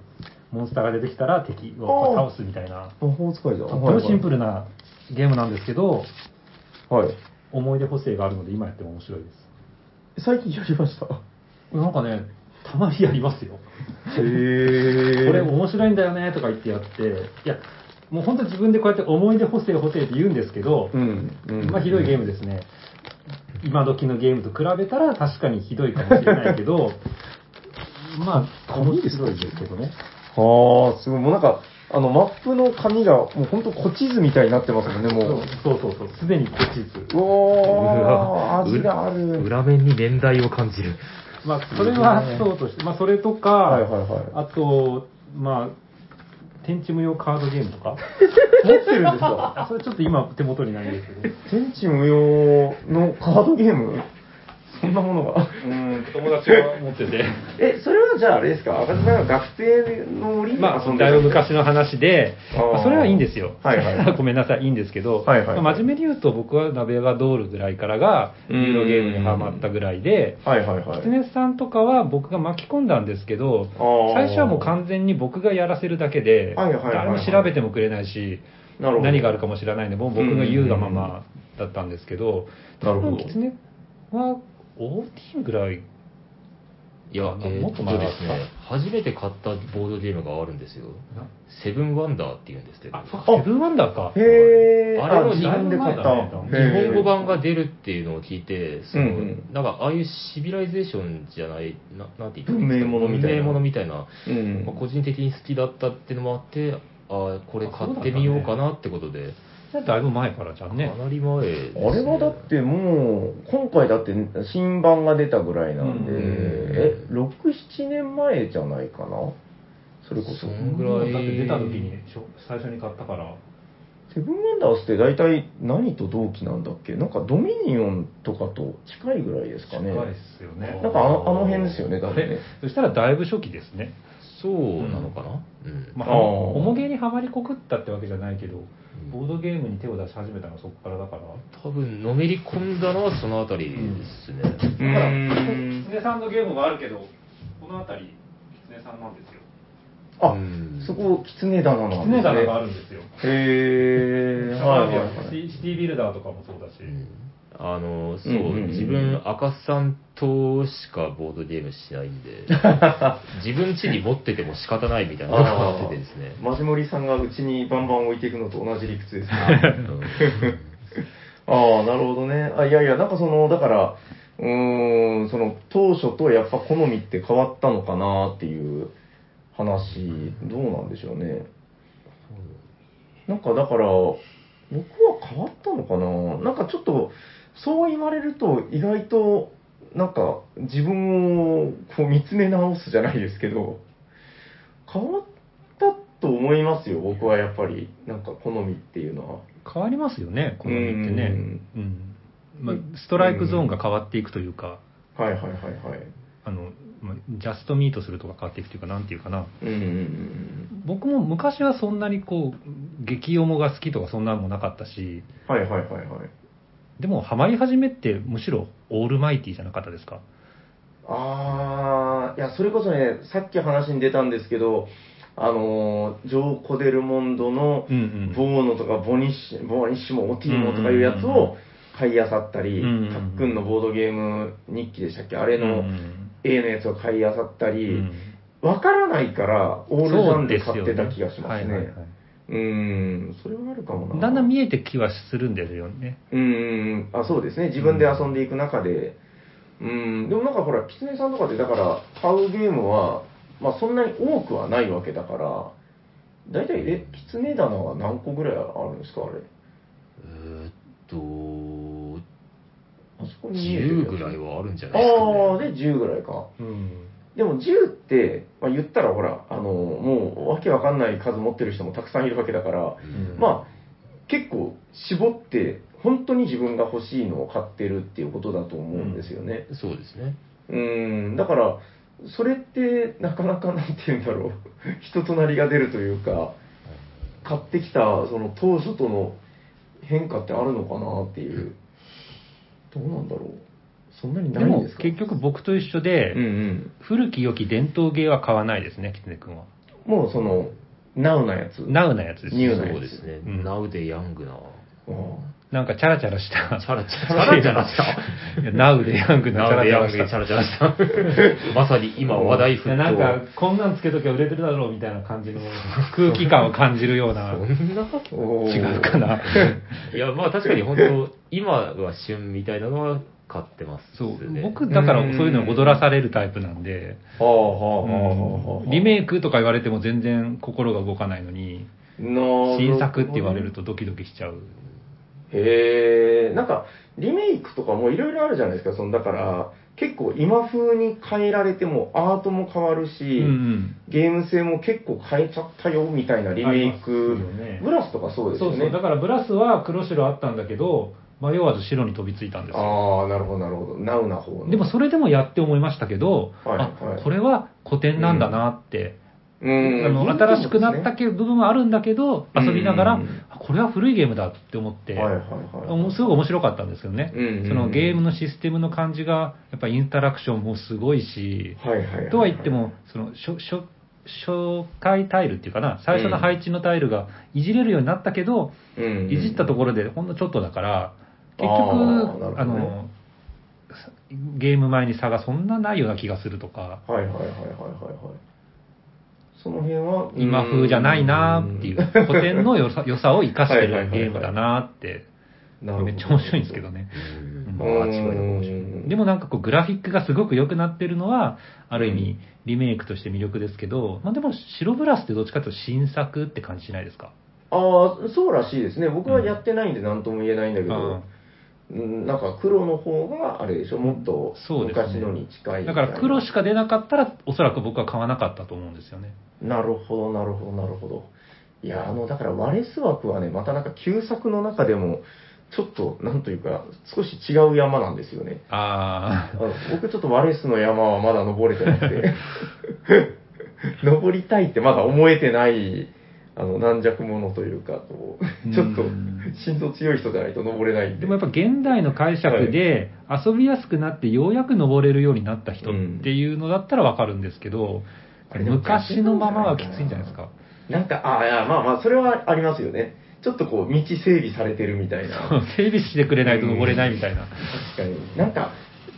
モンスターが出てきたら敵をこうあー倒すみたいな、魔法使いじゃとん。ってもシンプルなゲームなんですけど、はい。はい思い出補正があるので、今やっても面白いです。最近やりました。へなんかね、たまにやりますよ。こえ。れ面白いんだよねとか言ってやって、いや、もう本当自分でこうやって思い出補正補正って言うんですけど、うん。うん。まあひどいゲームですね。今時のゲームと比べたら確かにひどいかもしれない けど、まあ、面白いですけどね。はあ、すごい。もうなんか、あの、マップの紙が、もうほんと古地図みたいになってますもんね、そうもう。そうそうそう、すでにこっちう おー、味があ裏る。裏面に年代を感じる。まあ、それはそうとして、まあ、それとか、はいはいはあと、まあ、天地無用カードゲーム とか、い。持ってるんですかあそれちょっと今手元にないんですけど、天地無用のカードゲームそんなものが。うん。 友達が持っ てて。え、それはじゃああれですか赤塚が学生の森でま遊んあ、でただいぶ昔の話で、 あーまあそれはいいんですよ、はいはい ごめんなさい、いいんですけど、はいはいまあ真面目に言うと、僕は鍋がドールぐらいからが、うんユーロゲームにハマったぐらいで、はいはいはいキツ。ネさんとかは僕が巻き込んだんですけど、あー最初はもう完全に僕がやらせるだけで、はいはいはいはい誰も調べてもくれないし、なるほど何があるかも知らないんで、もう僕が言うがままだったんですけど、うんうんうん多分なるほどキツネは OT ぐらい、いや、えーもっっとと前ですね、初めて買ったボードゲームがあるんですよ。セブンワンダーっていうんですけど、あ日、セブンワンダーか。へー。あれの自分で買った。だいぶ前へー本語版が出るっていうのを聞いて、そのうんうんなんかああいうシビライゼーションじゃない、ななんて言ったらいいん文ですか明物みたいな。文明物みたいな、うんまあ個人的に好きだったっていうのもあって、ああ、これ買ってみようかなってことで、だいぶ前からじゃんねか。なり前です、ね。あれはだってもう、今回だって新版が出たぐらいなんで、うんえ、6、7年前じゃないかなそれこそ。そんぐらいだって出た時にしょ最初に買ったからセブンワンダースって大体何と同期なんだっけなんかドミニオンとかと近いぐらいですかね。近いっすよねなんかあのあの辺ですよね、多あ分れね。そしたらだいぶ初期ですね、そうなのかな、うんまあ、あー重げにはまりこくったってわけじゃないけどんボードゲームに手を出し始めたのはそこからだから多分のめり込んだのはそのあたりですね、うだからんキツネさんのゲームはあるけどこの辺りキツネさんなんですよあうん、そこ、キツネ棚なんですね。キツネ棚があるんですよへー。はいはいシはい。ティシティビルダーとかもそうだうし、んあのそう,、うんうんうん自分赤さんとしかボードゲームしないんで自分家に持ってても仕方ないみたいなのがあってです ねマジモリさんがうちにバンバン置いていくのと同じ理屈ですね。 ああ、なるほどね。あいやいや、なんかその、だから、うーん、その、当初とやっぱ好みって変わったのかなっていう話、どうなんでしょうね。なんかだから、僕は変わったのかななんかちょっと、そう言われると意外と、なんか自分をこう見つめ直すじゃないですけど、変わったと思いますよ、僕はやっぱり。なんか好みっていうのは。変わりますよね、好みってね。ううんんまあ、ストライクゾーンが変わっていくというか、はいはいはいはい。あの、まあジャストミートするとか変わっていくというか、なんていうかな。うんうんうん僕も昔はそんなにこう、激重が好きとかそんなのもなかったし、うん。はいはいはいはい。でもハマり始めってむしろオールマイティじゃなかったですか。あー、いや、それこそね、さっき話に出たんですけど、あのージョー・コデルモンドのうんうん。ボーノとかボニッシボニッシモ、オティーモとかいうやつを買い漁ったり、うんうんうんたっくんのボードゲーム日記でしたっけあうれんうのん A のやつを買い漁ったうりん、わからないからオールジャンル買ってた気がしまはいすはいはねい。うーん、それはあるかもな。だんだん見えてきはするんですよね。うーん、あ、そうですね。自分で遊んでいく中で。うーん、でもなんかほら、キツネさんとかって、だから、買うゲームは、まあそんなに多くはないわけだから、大体、え、キツネ棚は何個ぐらいあるんですか、あれ。えーっとあそこに見えてるや10つぐらいはあるんじゃないですか、ね、ああ、で10ぐらいか。うんでも10って、まあ言ったらほら、あの、もうわけわかんない数持ってる人もたくさんいるわけだから、うんまあ、結構絞って、本当に自分が欲しいのを買ってるっていうことだと思うんですよね。そうですねうん、だから、それってなかなかなんて言うんだ ろう、人となりが出るというか、買ってきたその当初との変化ってあるのかなっていう、どうなんだろう、そんなになでいんもですか結局僕と一緒で、うんうん。古き良き伝統芸は買わないですね、きつね君は。もうその、ナウなやつ。ナウなやつです。ニューなそうですね。うんナウでヤングな。あなんかチャラチャラした。チャラチャラ。チャラチャラした。いやナウでヤングなナチャウラでチヤャンラグしでチた。ャラチャラした。まさに今話題いや沸なん騰。か、こんなんつけときゃ売れてるだろうみたいな感じの。空気感を感じるようそ。なんなあおー違うかな。いや、まあ確かに本当、今が旬みたいなのは買ってます、そうね。。僕、だからそういうのに踊らされるタイプなんで、はあはあはあはあはうあ。んリメイクとか言われても全然心が動かないのに、の新作って言われるとドキドキしちゃう。へえ、なんか、リメイクとかもいろいろあるじゃないですか、その、だから、結構今風に変えられても、アートも変わるうし、んゲーム性も結構変えちゃったよ、みたいなリメイあクりますよ。ねブラスとかそうですそようね。そう。だからブラスは黒白あったんだけど、迷わず白に飛びついたんですよ。ああ、なるほど、なるほど。ナウな方の。でも、それでもやって思いましたけど、はいはあい、これは古典なんだなって、うん、あの新しくなったけど部分はあるんだけど、うん遊びながら、うんあこれは古いゲームだって思って、はいはいはい。おもすごく面白かったんですよね、うんそのゲームのシステムの感じが、やっぱインタラクションもすごいし、はいはいはい、とは言って、も、その初初初回タイルっていうかな、最初の配置のタイルがいじれるようになったけど、うん、いじったところでほんのちょっとだから、結局、あーなるほどねあのさゲーム前に差がそんなないような気がするとか。はいはいはいはいはいはい。その辺は、今風じゃないなーっていう、 古典の良さ 良さを生かしてはいはいはいるはいゲームだなーって、うん、なるほどめっちゃ面白いんですけど。ね。うんうまんあ、間違いなく面白い。でもなんかこうグラフィックがすごく良くなってるのは、ある意味リメイクとして魅力ですけど、まあでも白ブラスってどっちかというと新作って感じしないですかああ、そうらしいですね。僕はやってないんで何とも言えないんだけど、うん、なんか黒の方があれでしょ、もっとそうですね昔のに近いみただいかな、ら黒しか出なかったら、おそらく僕は買わなかったと思うんですよね。なるほど、なるほど、なるほど。いや、あの、だから、ワレス枠はね、またなんか旧作の中でも、ちょっと、なんというか、少し違う山なんですよね。ああの僕ちょっとワレスの山はまだ登れてなくて、 登りたいってま だ思えてない、あの、軟弱者というか、こうう、んちょっと、心臓強い人じゃないと登れないんーで。でもやっぱ現代の解釈で遊びやすくなってようやく登れるようになった人っていうのだったらわかるんですけど、あれでも昔のままはきついんじゃないですか。なんか、ああ、いやまあまあ、それはありますよね。ちょっとこう、道整備されてるみたいな。そう整備してくれないと登れないみたいな。確かに。なんか、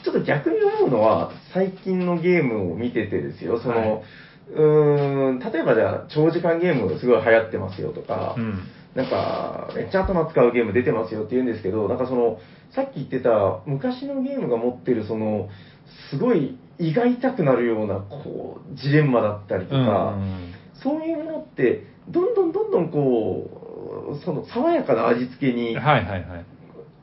ちょっと逆に思うのは、最近のゲームを見ててですよ、その、はうーん、例えばじゃあ、長時間ゲームがすごい流行ってますよとか、うん。なんか、めっちゃ頭使うゲーム出てますよって言うんですけど、なんかその、さっき言ってた、昔のゲームが持ってる、その、すごい胃が痛くなるような、こう、ジレンマだったりとか、うん。そういうものって、どんどんどんどんこう、その爽やかな味付けにはいはいはい。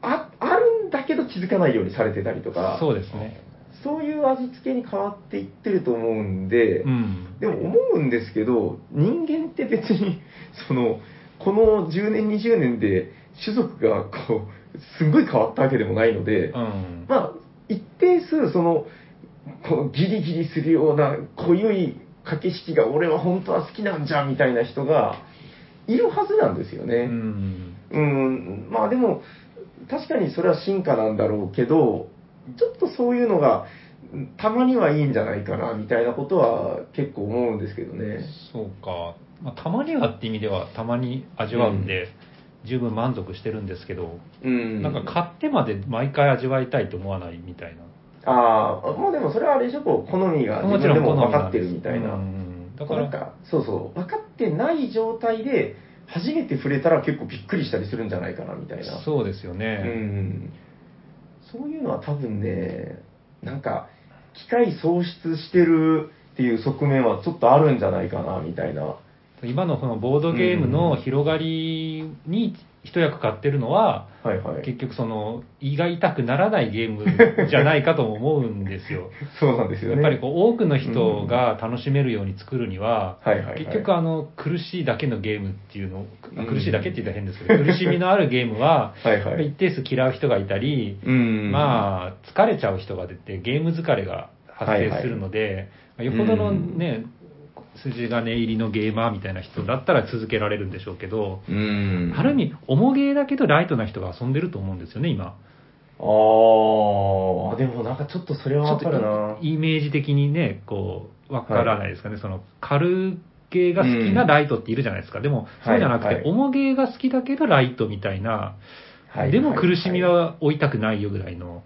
ああるんだけど気づかないようにされてたりとか、そうですね。そういう味付けに変わっていってると思うんで、うん。でも思うんですけど、人間って別に、その、この10年、20年で種族がこう、すんごい変わったわけでもないのでう、ん。まあ、一定数、その、このギリギリするような濃ゆい駆け引きが俺は本当は好きなんじゃ、みたいな人がいるはずなんですよね。うん。うん、まあでも、確かにそれは進化なんだろうけど、ちょっとそういうのが、うんたまにはいいんじゃないかな、みたいなことは結構思うんですけどね。そうか。まあ、たまにはって意味では、たまに味わうんで、十分満足してるんですけど、うん。なんか買ってまで毎回味わいたいと思わないみたいな。ああ、まあでもそれはあれでしょ、こう、好みが自もちろ分んでも好み分なかんっでてするみたいな。うんだだか、かららそうそう、分かってない状態で、初めて触れたら結構びっくりしたりするんじゃないかな、みたいな。そうですようね。んそういうのは多分ね、なんか、機械喪失してるっていう側面はちょっとあるんじゃないかな、みたいな。今のこのボードゲームの広がりに一役買ってるのは、はいはい。結局その胃が痛くならないゲ ームじゃないかと思うんですよ。そうなんですよやね。っぱりこう多くの人が楽しめるように作るには、はいはいはい結局あの苦しいだけのゲームっていうのを、うん苦しいだけって言ったら変ですけど、苦しみのあるゲームは、はいやっはぱりい。一定数嫌う人がいたり、うんまあ疲れちゃう人が出て、ゲーム疲れが発生するので、いはいよほどのね、筋金入りのゲーマーみたいな人だったら続けられるんでしょうけど、うん。ある意味、重ゲーだけどライトな人が遊んでると思うんですよね、今。あああ、でもなんかちょっとそれはわちかょっるとな。イメージ的にね、こう、わからないですかね、その、軽系が好きなライトっているじゃないですか。でも、そうじゃなくて、はいはい重げが好きだけどライトみたいな、はいでも苦しみいは負いたくないよぐらいの。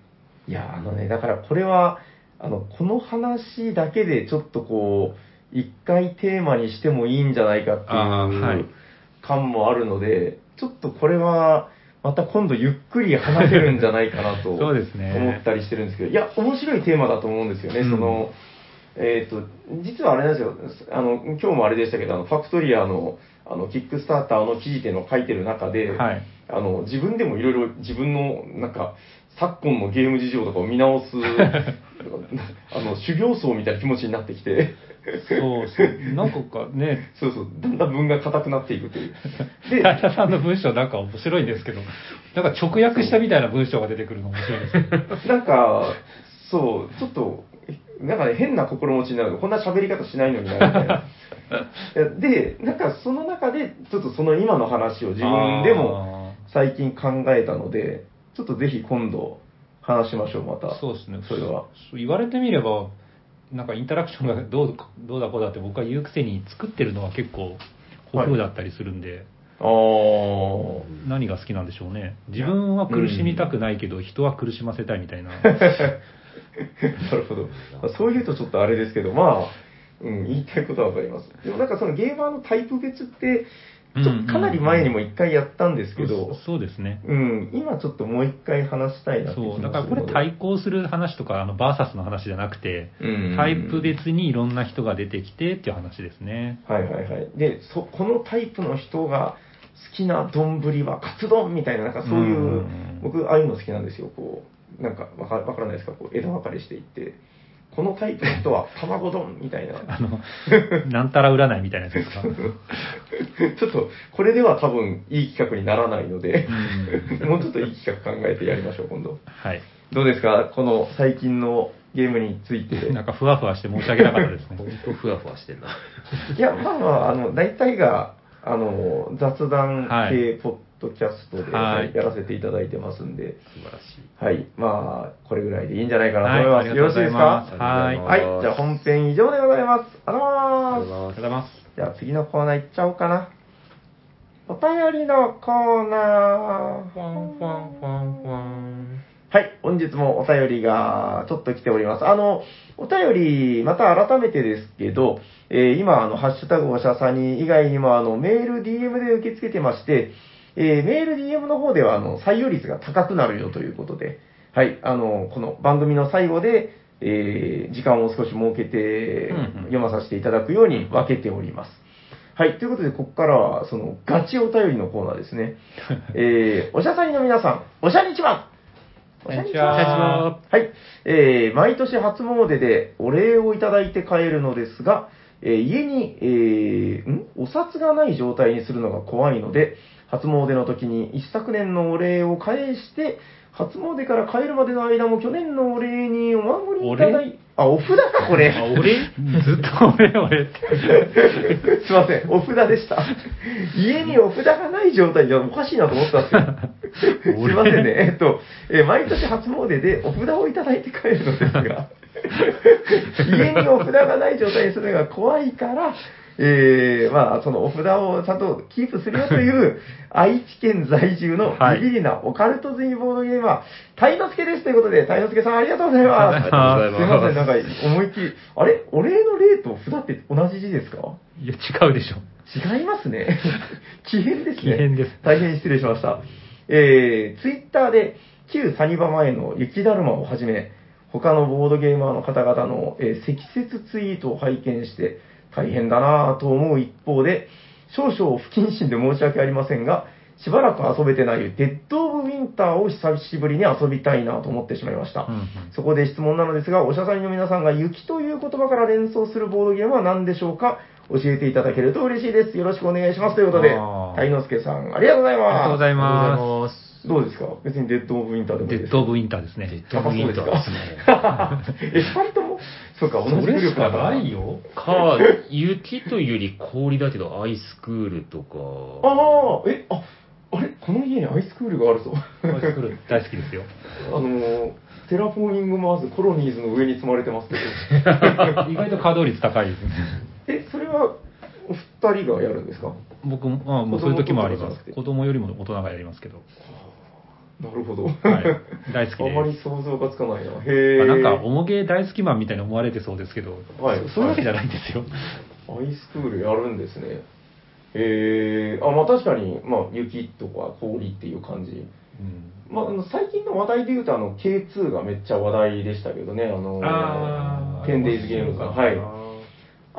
いや、あのね、だからこれは、あの、この話だけでちょっとこう、一回テーマにしてもいいんじゃないかってあーはいいう感もあるので、ちょっとこれは、また今度ゆっくり話せるんじゃないかなと そうですね思ったりしてるんですけど、いや、面白いテーマだと思うんですよね、うんその、えっ、と、実はあれなんですよ、あの、今日もあれでしたけど、あの、ファクトリアの、あの、キックスターターの記事っていうのを書いてる中で、はい。あの、自分でもいろいろ自分の、なんか、昨今のゲーム事情とかを見 直す、あの、修行僧みたいな気持ちになってきて、そうそう。なんかかね、そうそう、だんだん文が硬くなっていくという。で、平田さんの文章なんか面白いんですけど、なんか直訳したみたいな文章が出てくるの面白いですね。なんか、そう、ちょっと、なんかね、変な心持ちになる。こんな喋り方しないのになみたい な。で、なんかその中で、ちょっとその今の話を自分でも最近考えたので、ちょっとぜひ今度話しましょう、まあた。ー、そうですね。それは。そう言われてみれば、なんかインタラクションがどうかどうだこうだって僕は言うくせに作ってるのは結構古風だったりするんで、あー。何が好きなんでしょうね。自分は苦しみたくないけど、人は苦しませたいみたいな。 なるほど。まあそういうとちょっとあれですけど、まあ、うん、言いたいことはわかります。でもなんかそのゲーマーのタイプ別って、ちょっとかなり前にも一回やったんですけそど、そうですね。うん、今ちょっともう一回話したいなって気がすそう、るのだでからこれ対抗する話とか、あの、バーサスの話じゃなくて、うんタイプ別にいろんな人が出てきてっていう話ですね。はいはいはい。で、そこのタイプの人が好きな丼はカツ丼みたいな、なんかそういう、うん僕、ああいうの好きなんですよ。こう、なんかわかわからないですか、こう枝分かれしていって、このタイプの人は卵丼みたいな。あの、なん たら占いみたいなや つですか。ちょっと、これでは多分いい企画にならないのでう、んもうちょっといい企画考えてやりましょう、今度。はい。どうですかこの最近のゲームについて。なんかふわふわして申し訳なかったですねほ。 んとふわふわしてんな。いや、まあまあ、あの、大体が、あの、雑談はい系ポッドキャストで、はいはいやらせていただいてますんで、素晴らしい。はい、まあ、これぐらいでいいんじゃないかなと思いはまい、す。ありよがろとうごしいでざいすまかす。あはりがい。とうございますはい、じゃあ本編以上でございます。あらあまりがーすとうございますありがとうございます。じゃあ次のコーナー行っちゃおうかな。お便りのコーナー。ファンファンファンファン。はい、本日もお便りがちょっと来ております。あの、お便り、また改めてですけど、えー今、あの、ハッシュタグおしゃさに以外にも、あの、メール、DM で受け付けてまして、えーメール、DM の方では、あの、採用率が高くなるよということで、はい、あの、この番組の最後で、えー時間を少し設けてうんうん、読まさせていただくように分けております。はい、ということで、ここからは、その、ガチお便りのコーナーですね。えーおしゃさにの皆さん、おしゃにちまこんにちははい。えー毎年初詣でお礼をいただいて帰るのですが、えー家に、えーんお札がない状態にするのが怖いので、初詣の時に一昨年のお礼を返して、初詣から帰るまでの間も去年のお礼にお守りいただい、あ、お札か、これ。あ、俺 ずっと俺俺って。 すいません、お札でした。家にお札がない状態じゃおかしいなと思ったん ですよ。すいませんね。えっと、えー毎年初詣でお札をいただいて帰るのです が、家にお札がない状態にするのが怖いから、えーまあ、そのお札をちゃんとキープするよと いう、愛知県在住のはいビビリなオカルト人ボードゲーマー、タイノスケですということで、タイノスケさんありがとうございます。ありがとうございますすいません、なんか思いっきり、あれお礼の礼と札って同じ字ですかいや、違うでしょ。違いますね。 奇変ですね。奇変です大変失礼しました。えー、ツイッターで、旧サニバ前の雪だるまをはじめ、他のボードゲーマーの方々の、えー積雪ツイートを拝見して、大変だなぁと思う一方で、少々不謹慎で申し訳ありませんが、しばらく遊べてないデッド・オブ・ウィンターを久しぶりに遊びたいなと思ってしまいました。うんうんそこで質問なのですが、おしゃさんの皆さんが雪という言葉から連想するボードゲームは何でしょうか教えていただけると嬉しいです。よろしくお願いします。ということで、あー大之助さん、ありがとうございありがとうごまざいありがまとうございます。す。どうですか別にデッド・オブ・ウィンターでもいす。いデでッすよ。ド・オブ・インターですデね。ッドオブウィンターですね。え、二 人ともそうか、同じ力だから。よ。か、雪というより氷だけど、アイスクールとか。ああ、え、あ、あれこの家にアイスクールがあるぞ。これ作る大好きですよ。 あのーテラフォーミングマーズコロニーズの上に積まれて ますけど。意外と稼働率高いですね。え、それは、お二人がやるんですか僕も、まあ、もうそういう時もありま子供とかじゃなくてす。子供よりも大人がやります けど。なるほ ど。はい。大好きあまりです。想像がつかないな。へえ。あなんか、おもげ大好きマンみたいに思われてそうですけど、はいそそういうわけじゃないんですよ。アイスクールやるんですね。へえ。あ、まあ確かに、まあ雪とか氷っていう感じ。まあ、あの最近の話題で言うと、あの、K2 がめっちゃ話題でしたけどね、あの、あー 10days ゲームが。はい。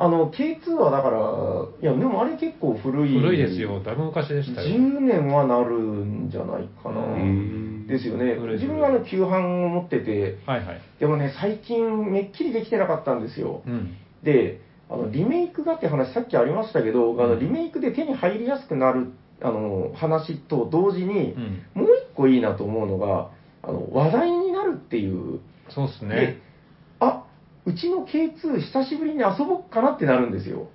あの、K2 はだから、いや、でもあれ結構古い。古いですよ。。だいぶ昔でしたよ。 10年はなるんじゃないかな。うんですよね古い古い。自分はあの、旧版を持ってて、はいはい。でもね、最近めっきりできてなかったんですよ。うん。で、あのリメイクがって話、さっきありましたけど、あのリメイクで手に入りやすくなるあの話と同時に、うん。もう一個いいなと思うのが、あの話題になるっていう、そうですでね。あうちの K2、久しぶりに遊ぼっかなってなるんですよ。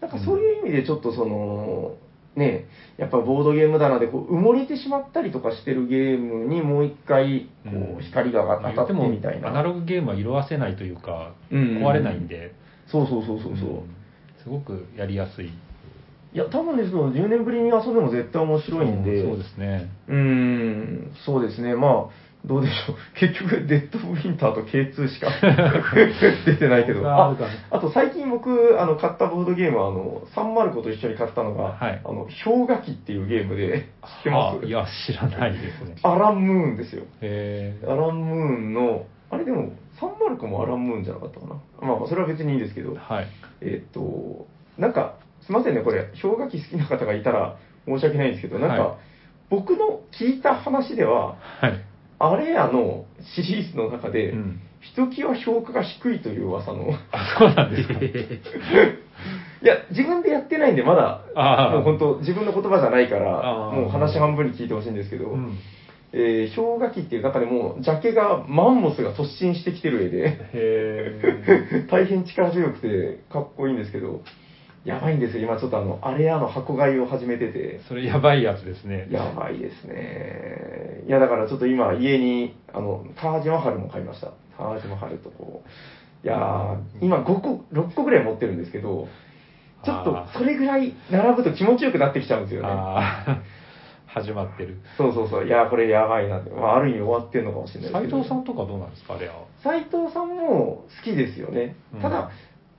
なんかそういう意味で、ちょっとその、ね、やっぱボードゲーム棚でこう埋もれてしまったりとかしてるゲームにもう一回こうんう光がまあ、言当ってたってもみたい、な。アナログゲームは色あせないというか、うん壊れないんで、そうそうそうそうそう。んすごくやりやすい。いや、多分ですけど、10年ぶりに遊んでも絶対面白いんで、そうそうですね。うーん、そうですね、まあ、どうでしょう、 結局、デッドウィンターと K2 しか 出てないけど、ああるかあと最近僕、あの買ったボードゲームはあの、サンマルコと一緒に買ったのが、はいあの氷河期っていうゲームで、知ってますあいや、知らないですね。アラン・ムーンですよ。へアラン・ムーンの、あれでも、サンマルコもアラン・ムーンじゃなかったかな。まあ、それは別にいいんですけどー、はい。えっ、と、なんか、すいませんね、これ、氷河期好きな方がいたら申し訳ないんですけど、なんか、はい僕の聞いた話では、はい。あれやのシリーズの中で、うん。ひときわ評価が低いという噂の、いあ、そうなんですか。や、自分でやってないんで、まだ、 ああ。もう本当、自分の言葉じゃないから、あーもう話半分に聞いてほしいんですけど、うん。えー氷河期っていう中でも、ジャケがマンモスが突進してきてる絵で、へ 大変力強くてかっこいいんですけど、やばいんですよ、今ちょっとあの、あれやの箱買いを始めててえ。、それやばいやつですね。やばいですね。いや、だからちょっと今、家に、あの、タージマハルも買いました。タージマハルとこう。いやー、今5個、6個ぐらい持ってるんですけど、ちょっあとそれぐらい並ぶと気持ちよくなってきちゃうんですよね。ああ。始まってる。そうそうそう。いやー、これやばいなって。まあ、ある意味終わってんのかもし れないです斎けど藤さんとかどうなんですか、あれは。斉藤さんも好きですよね、うんただ、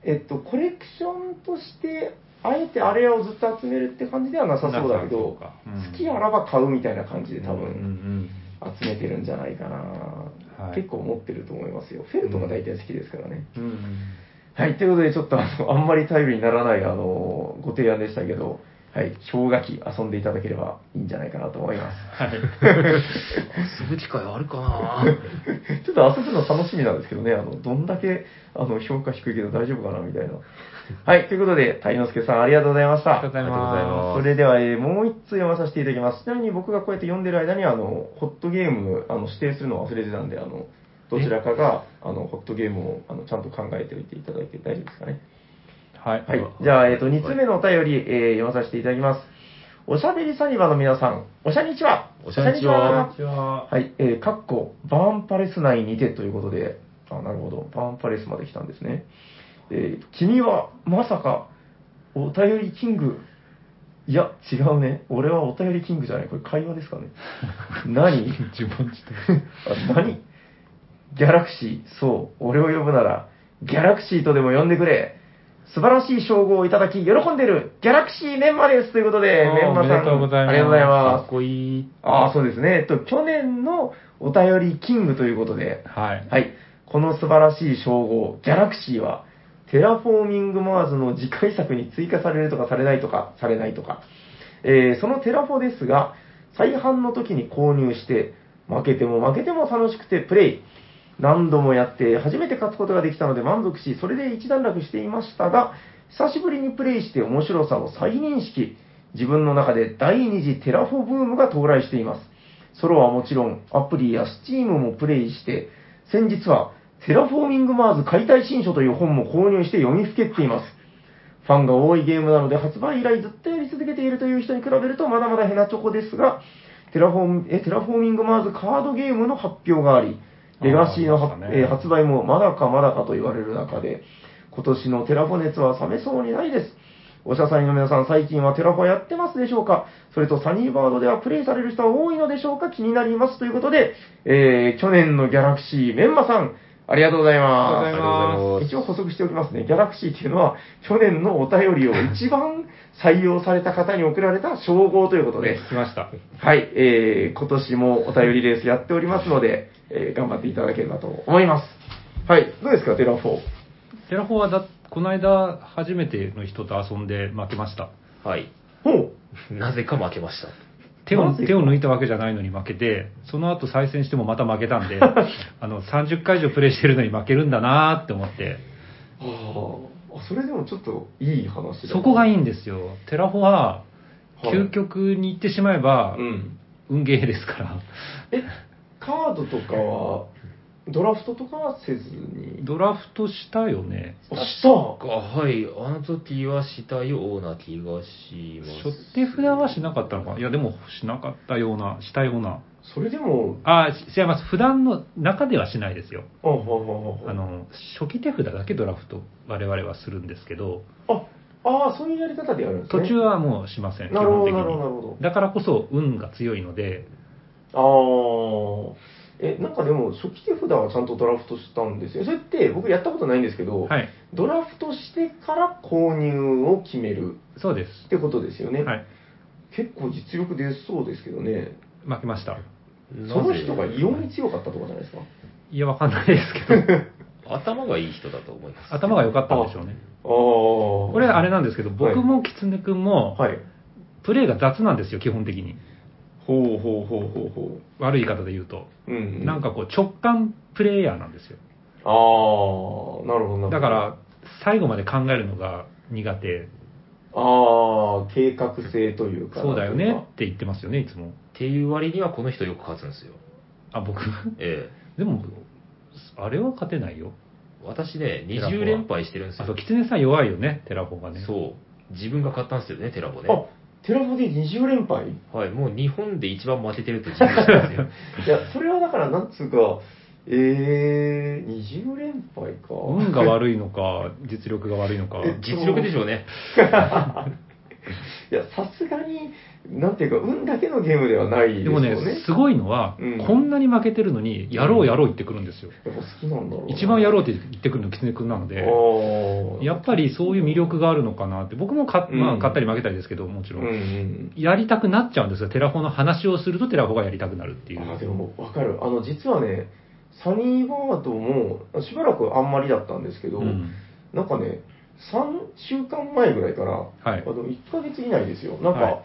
えっと、コレクションとして、あえてあれをずっと集めるって感じではなさそうだけどなさそうかうん好きあらば買うみたいな感じで多うん分集めてるんじゃないかな、はい結構持ってると思いますよフェルトが大体好きですからね、うんうん。うん。はいということでちょっとあのあんまり頼りにならないあのご提案でしたけどはい氷河期遊んでいただければいいんじゃないかなと思いますはい。遊ぶ機会あるかな ちょっと遊ぶの楽しみなんですけどね、あの、どんだけ、あの、評価低いけど大丈夫かな、みたいな。はい、ということで、谷之助さんありがとうございました。ありがとうございありがとうございまますそれでは、えーもう一通読まさせていただきます。ちなみに僕がこうやって読んでる間に、あの、ホットゲーム、あの、指定するのを忘れてたんで、あの、どちらかが、あの、ホットゲームを、あの、ちゃんと考えておいていただいて大丈夫ですかね。す。はい。はい。じゃあ、えっ、と、2つ目のお便り、えー読まさせていただきます。おしゃべりサニバの皆さん、おしゃにちはおしゃにちはじゃあ、はい、えー、かっこ、バーンパレス内にてということで、あ、なるほど、バーンパレスまで来たんですね。えー君は、まさか、お便りキング、いや、違うね。俺はお便りキングじゃない。これ会話ですか ね。何 自分ちあ何ギャラクシー、そう、俺を呼ぶなら、ギャラクシーとでも呼んでくれ。素晴らしい称号をいただき、喜んでる、ギャラクシーメンマですということで、あーメンマさん、おめでとうございますありがとうございますかっ。こいい。ああ、そうですね。えっと、去年のお便りキングということで、はい。はい。この素晴らしい称号、ギャラクシーは、テラフォーミングマーズの次回作に追加されるとかされないとか、されないとか。えーそのテラフォですが、再販の時に購入して、負けても負けても楽しくてプレイ。何度もやって、初めて勝つことができたので満足し、それで一段落していましたが、久しぶりにプレイして面白さを再認識。自分の中で第二次テラフォブームが到来しています。ソロはもちろん、アプリや Steam もプレイして、先日は、テラフォーミングマーズ解体新書という本も購入して読みふけっています。ファンが多いゲームなので、発売以来ずっとやり続けているという人に比べると、まだまだヘナチョコですが、テラフォームえテラフォーミングマーズカードゲームの発表があり、レガシーのはありましたねえー発売もまだかまだかと言われる中で、今年のテラフォ熱は冷めそうにないです。おしゃさんの皆さん、最近はテラフォやってますでしょうかそれとサニーバードではプレイされる人は多いのでしょうか気になります。ということで、えー去年のギャラクシー、メンマさん、ありがとうございます。ありがとうございます一応補足しておきますね。ギャラクシーっていうのは、去年のお便りを一番採用された方に贈られた称号ということでね、、聞きました。はい、えー、今年もお便りレースやっておりますので、えー、頑張っていただければと思います。はい、どうですか、テラフォー。テラフォはだ、この間、初めての人と遊んで負けました。はい。ほうなぜか負けました。手をマジか手を抜いたわけじゃないのに負けて、その後再戦してもまた負けた んで、あの30回以上プレイしてるのに負けるんだなーって思って、ああ、それでもちょっといい話だそこがいいんんですよ。テラフォは、はい究極に行ってしまえば、うん。運ゲーですから、え、カードとかは、ドラフトとかはせずに。ドラフトしたよね。あ、したあはい。あの時はしたような気がします。初手札はしなかったのかないや、でもしなかったような、したような。それでも、あ、し違います。普段の中ではしないですよ。あ、はははあの、初期手札だけドラフト、我々はするんですけど、あ、ああ、そういうやり方でやるんですね。途中はもうしません。基なるほど、本的なるほど、なに。るほど。だからこそ運が強いので、ああ。え、なんかでも、初期手札はちゃんとドラフトしたんですよ。それって、僕やったことないんですけど、はい。ドラフトしてから購入を決めるそうです。ってことですよね。はい。結構実力出そうですけどね。負けました。そなぜの人が異様に強かったとかじゃないですか。いや、わかんないですけど、頭がいい人だと思います。頭が良かったんでしょうね。ああ。ここれあれなんですけど、はい僕も狐くんも、はい。プレーが雑なんですよ、基本的に。ほうほうほうほうほ悪い言い方で言うと。う。うん。なん、かこう、直感プレイヤーなんですよ。ああ、なるほど、なるほど。だか、ら、最後まで考えるのが苦手。ああ、計画性というか。そうだよなんねかって言ってますよね、いつも。っていう割にはこの人よく勝つんですよ。あ、僕。 えでも、あれは勝てないよ。え。私ね、テラフ20ォは連敗してるんですあと、よ。狐さん弱いよね、テラフォがね。そう。自分が買ったんですよね、テラボね。あ、テラフォで20連敗はい。もう日本で一番負けてると自負して ますよ。いや、それはだから、なんつうか、えー、20連敗か。運が悪いのか、実力が悪いのか。え実力でしょうね。いや、さすがに、なんていうか、運だけのゲームではないでですよもね。ね、すごいのは、うんこんなに負けてるのに、やろうやろう言ってくるんですよ。やっぱ好きなんだろうな。一番やろううって言ってくるの、狐くんなので。ああ。やっぱりそういう魅力があるのかなって、僕もか、まあ、うん買ったり負けたりですけど、もちうろ。んうんん。やりたくなっちゃうんですよ。テラフォの話をするとテラフォがやりたくなるっていう。ああ、でも、わかる。あの、実はね、サニーバードも、しばらくあんまりだったんですけど、うんなんかね、3週間前ぐらいから、はいあ。の1ヶ月以内ですよ、なんか、はい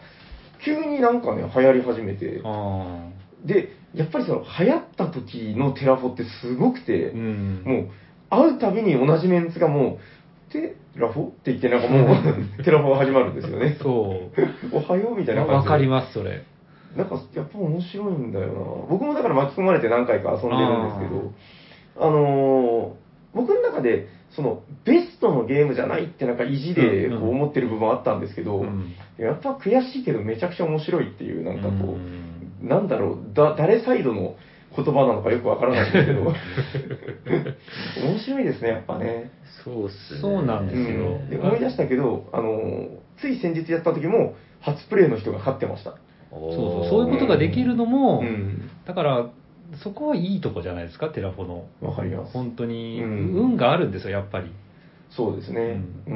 急になんかね、流行り始めて、あで、やっぱりその流行った時のテラフォってすごくあ。てう、ん。もう、会うたびに同じメンツがもう、テラフォって言って、なんか もう、テラフォが始まるんですよね。そう。おはようみたいなわ感わじで。かります、それ。なんか、やっぱ面白いんだよな。僕もだから巻き込まれて何回か遊んでるんですけど、あのー僕の中で、その、ベストのゲームじゃないってなんか意地でうんうんこう思ってる部分あったんですけど、うんやっぱ悔しいけどめちゃくちゃ面白いっていう、なんかこうんう、なんだろう、だ、誰サイドの言葉なのかよくわからないんですけ ど、面白いですね、やっぱね。そうっすね。そうなうんですよん、で思い出したけど、あのーつい先日やった時も、初プレイの人が勝ってました。そそうそう。そういうことができるのうも、ん。だから、そこはいいとこじゃないですか、テラフォの。わかります。本当に、うん運があるんですよ、やっぱり。そうですね。うー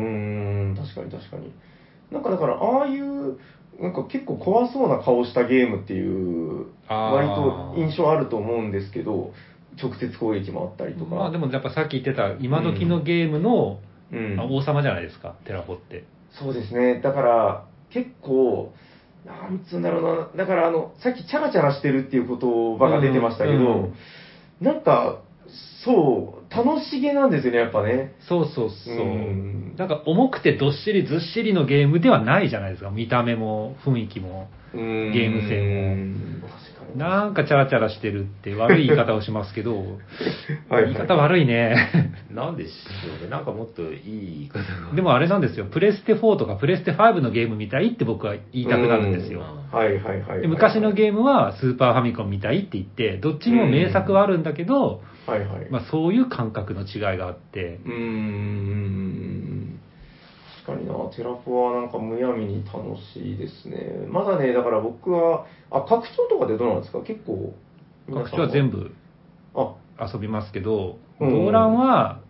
ん、確かに確かに。なんかだから、ああいう、なんか結構怖そうな顔したゲームっていう、あー割と印象あると思うんですけど、直接攻撃もあったりとか。まあでもやっぱさっき言ってた、今時のゲームの、うんまあ、王様じゃないですか、テラフォって。そうですね。だから、結構、なんつうんだろうな、だからあの、さっきチャラチャラしてるっていう言葉が出てましたけど、うんうんなんか、そう、楽しげなんですよね、やっぱね。そうそうそう。うんなんか重くてどっしりずっしりのゲームではないじゃないですか。見た目も雰囲気も。ゲーゲーム性も。確かなんかチャラチャラしてるって悪い言い方をします けど、はい言い方悪いね。 なんでしょうね。なんかもっといい言い方が。でもあれなんですよ、プレステ4とかプレステ5のゲームみたいって僕は言いたくなるんですよ。はいはいはい。で昔のーゲームはスーパーファミコンみたいって言って、どっちにも名作はあるんだけど、ム。はいはい。まあそういう感覚の違いがあって、うーん。確かにな、テラフォはなんかむやみに楽しいですね。まだね、だから僕は、あ、拡張とかでどうなんですか結構。拡張は全部。部あ、遊びますけど、うん動乱は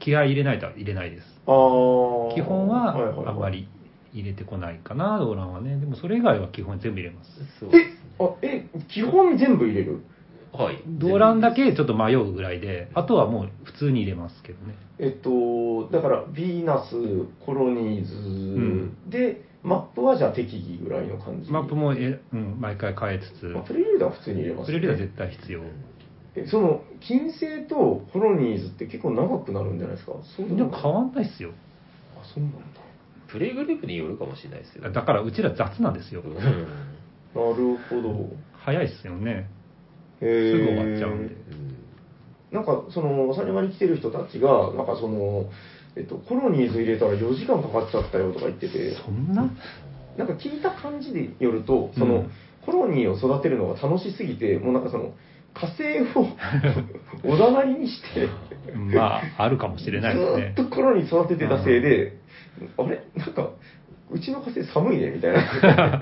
気合い入れないとは入れないです。あー基本いいいはあんまり入れてこないかな、動乱はね。でもそれ以外は基本全部入れます。そうですえ、あ、え、基本全部入れるはい。動乱だけちょっと迷うぐらいで、あとはもう普通に入れますけどね。えっと、だから、ヴィーナス、コロニーズ、んで、マップはじゃあ適宜ぐらいの感じ。マップも、えうん、毎回変えつつまあ、、プレリュードは普通に入れます、プレリュードは絶対必要。えその、金星とコロニーズって結構長くなるんじゃないですかそうでもない変わんないっすよ。あ、そうなんだ。プレイグループによるかもしれないですよ。だからうちら雑なんですよう。んなるほど。早いっすよね。すすぐ終わっちゃうんで。なんか、その、サニバに来てる人たちが、なんかその、えっと、コロニーズ入れたら4時間かかっちゃったよとか言ってて、そんななんか聞いた感じによると、そうのん、コロニーを育てるのが楽しすぎて、もうなんかその、火星を おだまりにして、まあ、あるかもしれずないですね。ーっとコロニー育ててたせいで、あれなんか、うちの火星寒いねみたい な。まあ、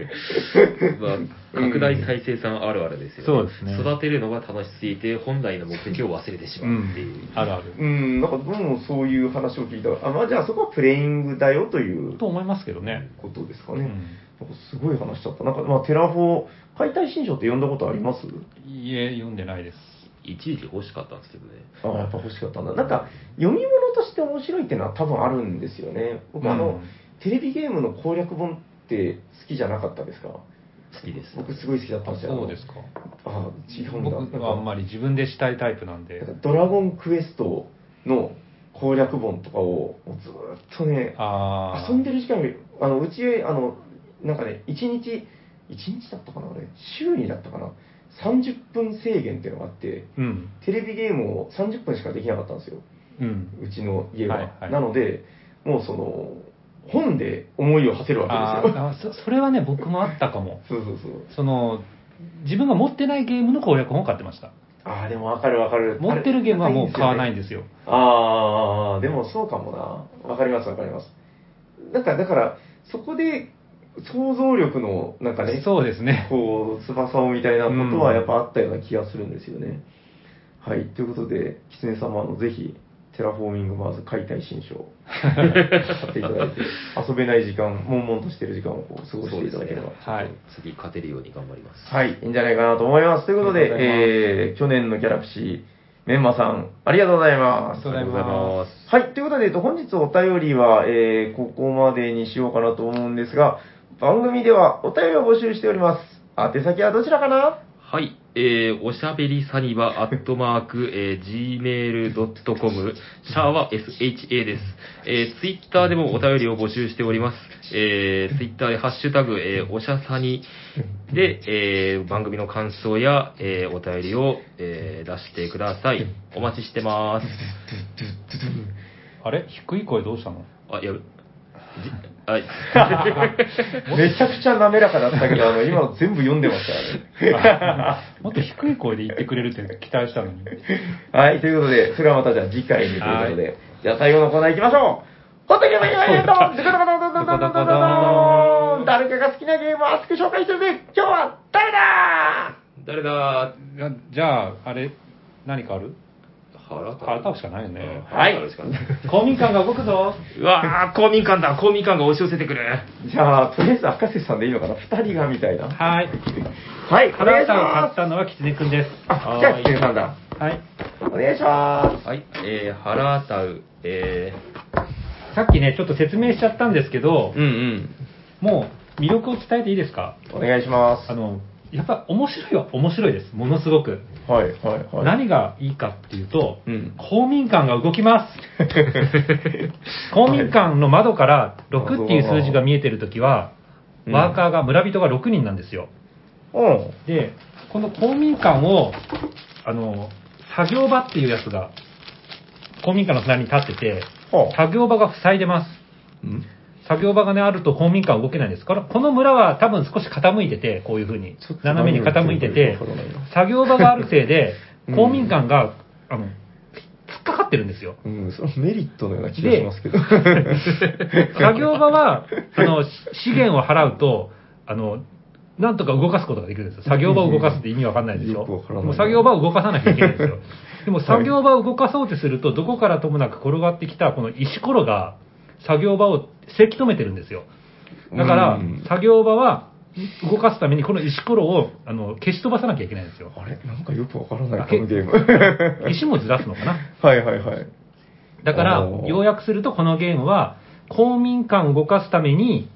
拡大再生産あるあるですよ、そうですね育てるのが楽しすぎて、本来の目的を忘れてしうまうっていう。ん。あるある。うん、なんかどうもそういう話を聞いたあ、まあじゃあそこはプレイングだよというと思いますけどね。ことですかうね。んなんかすごい話しちゃった。なんか、まあ、テラフォー、解体新書って読んだことありますいいえ、読んでないです。一時期欲しかったんですけどね。ああ、やっぱ欲しかったんだ。なんか、読み物として面白いっていうのは多分あるんですよね。僕、あの、うんテレビゲームの攻略本って好きじゃなかったですか好きです。僕すごい好きだったんですよ。そうですか。ああ、違うんだ。なん僕はあんか、まり自分でしたいタイプなんでなん。かドラゴンクエストの攻略本とかをもうずーっとね、ああ。遊んでる時間より、あのうち、あのなんかね、1日、1日だったかな、あれ、週にだったかな、30分制限っていうのがあって、うん。テレビゲームを30分しかできなかったんですよ、うん。うちの家は。はいはいなので、もうその、本で思いを馳せるわあけですよ。ーあー、そそれはね、僕もあったかも。 そうそうそう。その、自分が持ってないゲームの攻略本を買ってました。ああ、でも分かる分かる。持ってるゲームはもう買わないいんですよ。ああ、でもそうかもな。わかります、わかります。なんか、だから、そこで、想像力の、なんかね、そうですね。こう、翼をみたいなことはうんやっぱあったような気がするんですよね。はい。ということで、キツネ様、あの、ぜひ、テラフォーミングマーズ解体新書を 買っていただいて、遊べない時間、悶々としてる時間をこう過ごしていただければ。はい。次勝てるように頑張ります。。はい。いいんじゃないかなと思います。ということあで、りがとうございますえー、去年のギャラクシー、メンマさん、ありがとうございます。ありがとうございますはい。ということで、えっと本日お便りは、えー、ここまでにしようかなと思うんですが、番組ではお便りを募集しております。宛先はどちらかなはい。えー、おしゃべりサニ バアットマーク、えー、gmail.com、シャーは SHA です。えー、ツイッターでもお便りを募集しております。えー、ツイッターでハッシュタグ、えー、おしゃさにで、えー、番組の感想や、えー、お便りを、えー、出してください。お待ちしてます。あれ低い声どう したのあ、やる。じ はい。めちゃくちゃ滑らかだったけど、あの、今の全部読んでましたからね。 もっと低い声で言ってくれるって期待したのに。 はい。ということで、それはまたじゃあ次回にということで、じゃあ最後のコーナー行きましょうほっとけばいいわ よとどこどこどこどこどこどこどこ誰かが好きなゲームを熱く紹介してるぜ今日は誰だ誰だじゃじゃあ、あれ、何かある腹立つ腹立つしかないよね。はい。公民館が動くぞうわー、公民館だ、公民館が押し寄せてくる。じゃあ、とりあえず赤瀬さんでいいのかな二人がみたいな。はい。はい、お願腹いし歌を買まっすたのは狐くんです。あ、じゃあ、キツネさんだ。はい。お願いします。はい、えー、腹たう、えさっきね、ちょっと説明しちゃったんですけどー、う、んうん。もう魅力を伝えていいですかお願いしまあの、やっぱ面白いは面白いです。ものすごく。す。はい、はい、はい。何がいいかっていうと、うん公民館が動きます公民館の窓から6っていう数字が見えてるときは、うんワーカーが、村人が6人なんですよ。 うん。で、この公民館を、あの、作業場っていうやつが、公民館の隣に立ってて、はあ作業場が塞いでます。うん作業場がね、あると公民館は動けないんです。このこの村は多分少し傾いてて、こういう風にちょっ、と斜めに傾いててわからないな、作業場があるせいでう、ん公民館が、あの、突っかかってるんですよ。うん、そのメリットのような気がしますけど。 作業場は、あの、し資源を払うと、あの、なんとか動かすことができるんですよ。作業場を動かすって意味わかんないでしょ。よくわからないもう作業場を動かさなきゃいけないんです よ。でも作業場を動かそうとすると、どこからともなく転がってきたこの石ころが、作業場をせき止めてるんですよ。だから、うん作業場は動かすために、この石ころをあの消し飛ばさなきゃいけないんですよ。あれなんかよくわからない、けこのゲーム。は石もずらすのかない はいはい。だからお、ー要約するとこのゲームは、公民館を動かすために、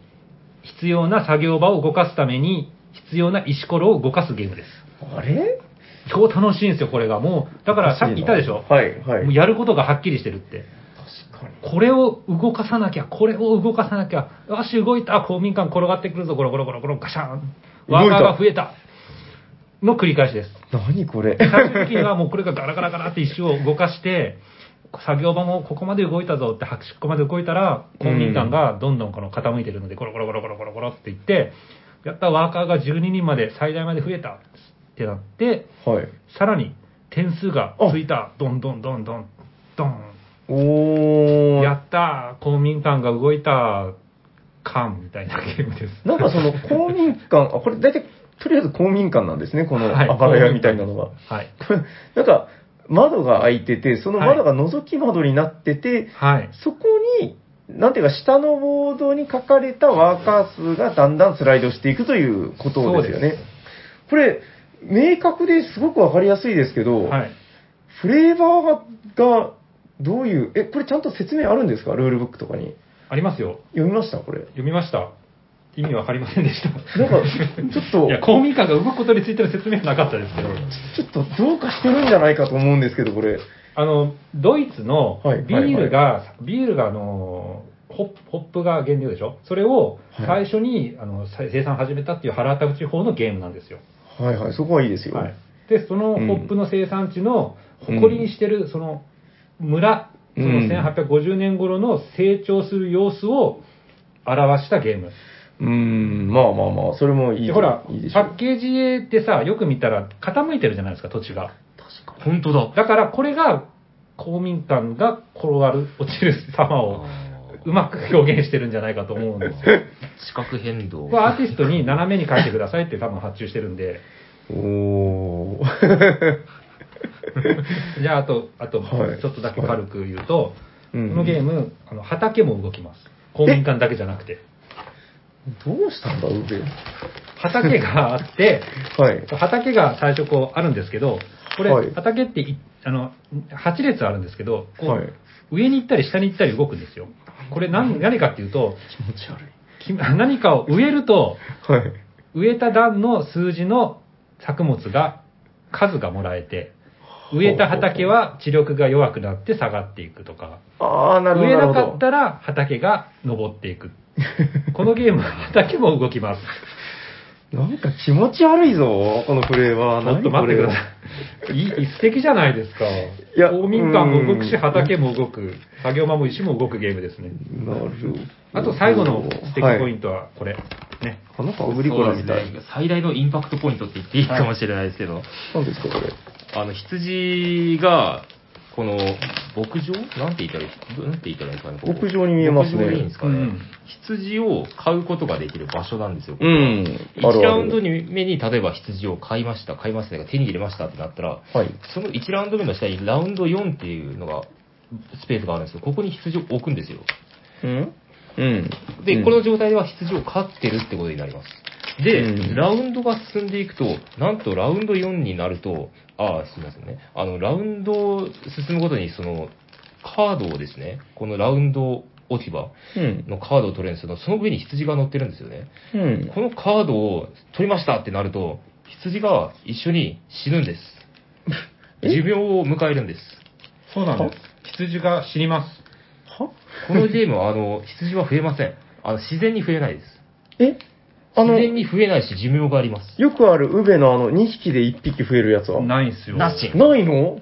必要な作業場を動かすために、必要な石ころを動かすゲームです。あれ超楽しいんですよ、これが。もう、だからさっき言ったでしょ、はいはい。もうやることがはっきりしてるって。確かに。これを動かさなきゃ、これを動かさなきゃ、よし、動いた、公民館転がってくるぞ、ゴロゴロゴロゴロ、ガシャーン。ワーカーが増えた。の繰り返しです。何これ最終的にはもうこれがガラガラガラって石を動かして、作業場もここまで動いたぞって白色まで動いたら、公民館がどんどんこの傾いてるので、ゴロゴロゴロゴロゴロゴロっていって、やったワーカーが12人まで最大まで増えたってなって、 はい。さらに点数がついた、どんどんどんどん、どん。おー。やったー公民館が動いた感みたいなゲームです。なんかその公民 館、あ、これ大体、とりあえず公民館なんですね、このはいあばら屋みたいなのは。 はい。これなんか、窓が開いてて、その窓が覗き窓になってて、はい。そこに、なんていうか、下のボードに書かれたワーカー数がだんだんスライドしていくということですよそうね。これ、明確ですごくわかりやすいですけど、はい。フレーバーがどういう、え、これちゃんと説明あるんですかルールブックとかに。ありますよ。読みましたこれ。読みました。意味わかりませんでした。なん か、ちょっといや、、公民館が動くことについての説明はなかったですけど、ちょっとどうかしてるんじゃないかと思うんですけど、これ。あの、ドイツのはいビールが、ビールが、あの、ホップホップが原料でしょそれをはい最初に、あのさ生産を始めたっていう原田地方のゲームなんですよ。はいはい、そこはいいですよ。はい、で、そのうんホップの生産地の誇りにしてる、その村、そのうん1850年頃の成長する様子を表したゲーム。うーん、まあまあまあ、それもいいでほらいいでしょパう。ッケージ絵ってさ、よく見たら傾いてるじゃないですか、土地が。本当だ。だからこれが公民館が転がる、落ちる様をうまく表現してるんじゃないかと思うんですよ。視覚変動これ。アーティストに斜めに描いてくださいって多分発注してるんで、 おー。じゃああと、あとはいちょっとだけ軽く言うと、うんこのゲーム、あの畑も動きます。公民館だけじゃなくて。どうしたんだ、ウベ。畑があって、はい。畑が最初こうあるんですけど、こはれい畑っていあの8列あるんですけど、こうはい上に行ったり下に行ったり動くんですよ。これ何何かっていうと、気持ち悪き何かを植えると、い。はい。植えた段の数字の作物が、数がもらえて、植えた畑は地力が弱くなって下がっていくとか、ああ、なるほ植ど。えなるかほっどたら畑が登っていく。このゲームは畑も動きます。 なんか気持ち悪いぞ、このフレーバー。ちょっと待ってください。いい素敵じゃないですか。いや公民館も動くうし、ん畑も動く。作業場も石も動くゲームですね。い。なるほど。あと最後の素敵ポト。イントはこれ。ね。はい、なんかアグリコラみたそいで。すうね最大のインパクトポイントって言っていいかもしれないですけど、何ですか、これ。あの、羊が、この、牧場なんて言ったらいい、どなんて言ったらいいですかね、ここ牧場に見えます牧ね場でいいんですかね、うん羊を買うことができる場所なんですよ。うん。 1ラウンド目に、例えば羊を買いました、買いますね、手に入れましたってなったら、はい。その1ラウンド目の下にラウンド4っていうのが、スペースがあるんですよ。ここに羊を置くんですよ。うんうん。で、うんこの状態では羊を飼ってるってことになります。で、うんラウンドが進んでいくと、なんとラウンド4になると、ああ、すみませんね。あの、ラウンドを進むごとに、その、カードをですね、このラウンド落ち葉うん。のカードを取れるんですけど、その上に羊が乗ってるんですよね。うん。このカードを取りましたってなると、羊が一緒に死ぬんです。え寿命を迎えるんです。そうなんです。羊が死にます。はこのゲームは、あの、羊は増えません。あの、自然に増えないです。えあの自然に増えないし寿命があります。よくあるウベのあの、2匹で1匹増えるやつはないんすよ。なしないの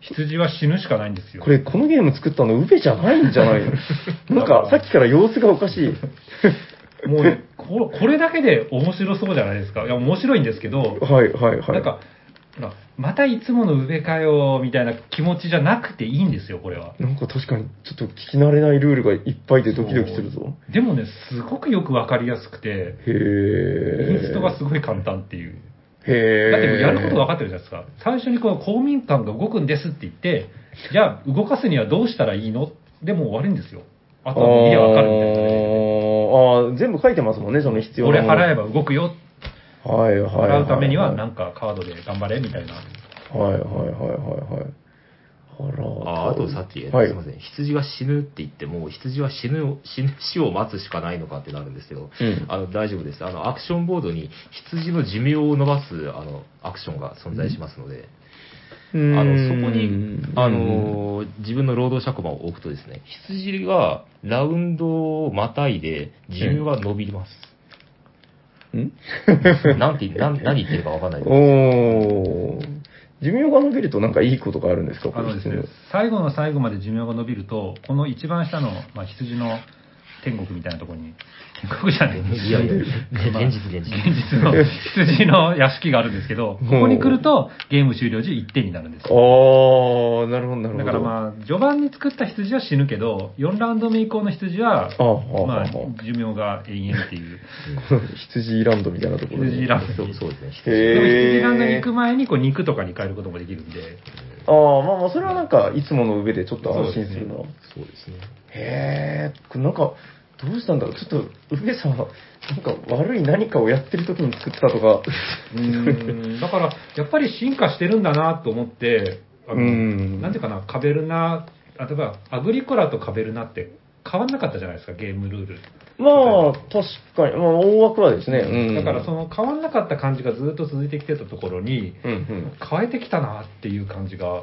羊は死ぬしかないんですよ。これ、このゲーム作ったのウベじゃないんじゃない のなんか、さっきから様子がおかしい。もうね、ここれだけで面白そうじゃないですか。いや、面白いんですけど、はいはいはい。なんか、なまたいつもの上かよ、みたいな気持ちじゃなくていいんですよ、これは。なんか確かに、ちょっと聞き慣れないルールがいっぱいでドキドキするぞ。でもね、すごくよくわかりやすくて、へー。インストがすごい簡単っていう。へー。だってもうやること分かかってるじゃないですか。最初にこの公民館が動くんですって言って、じゃあ動かすにはどうしたらいいのでもう終わるんですよ。あとはもう見りゃ分かるみたいな感じで。あーあー、全部書いてますもんね、その必要俺なもの。払えば動くよ。はいはいはいはい。払うためにはなんかカードで頑張れみたいな。はいはいはいはいはい。あら。ああとさっき、はい、すいません、羊が死ぬって言っても、羊は死ぬ、死ぬ死を待つしかないのかってなるんですけど、うんあの大丈夫です。あの、アクションボードに羊の寿命を伸ばす、あの、アクションが存在しますので、あの、そこに、あの、自分の労働者駒を置くとですね、羊がラウンドをまたいで、寿命が伸びます。うんなんて、なん何言ってるかわかんないです。おー。寿命が伸びるとなんかいいことがあるんですかあのですね、最後の最後まで寿命が伸びると、この一番下の、まあ、羊の天国みたいなところに、天国じゃないいやいや、まあ現実現実。現実の羊の屋敷があるんですけど、ここに来るとゲーム終了時1点になるんですあよ。ー、なるほどなるほど。だからあ、まあ、序盤に作った羊は死ぬけど、4ラウンド目以降の羊は、ああ、まあああ、こ、寿命が永遠っていう。の羊ランドみたいなところ羊ランそドうそうですね。でも羊ランドにへ行くー。前にこう肉とかに変えることもできるんで、ああ、まあまあ、それはなんか、いつもの上でちょっと安心するな。そうですね。へえ、なんか、どうしたんだろう。ちょっと、上さん、なんか悪い何かをやってる時に作ったとか。うんだから、やっぱり進化してるんだなと思って、あのうんなんていうかな、カベルナ、例えば、アグリコラとカベルナって変わんなかったじゃないですか、ゲームルール。まあ、確かに、まあ、大枠はですね。うん、だから、その変わんなかった感じがずっと続いてきてたところに、うんうん。変えてきたなっていう感じが、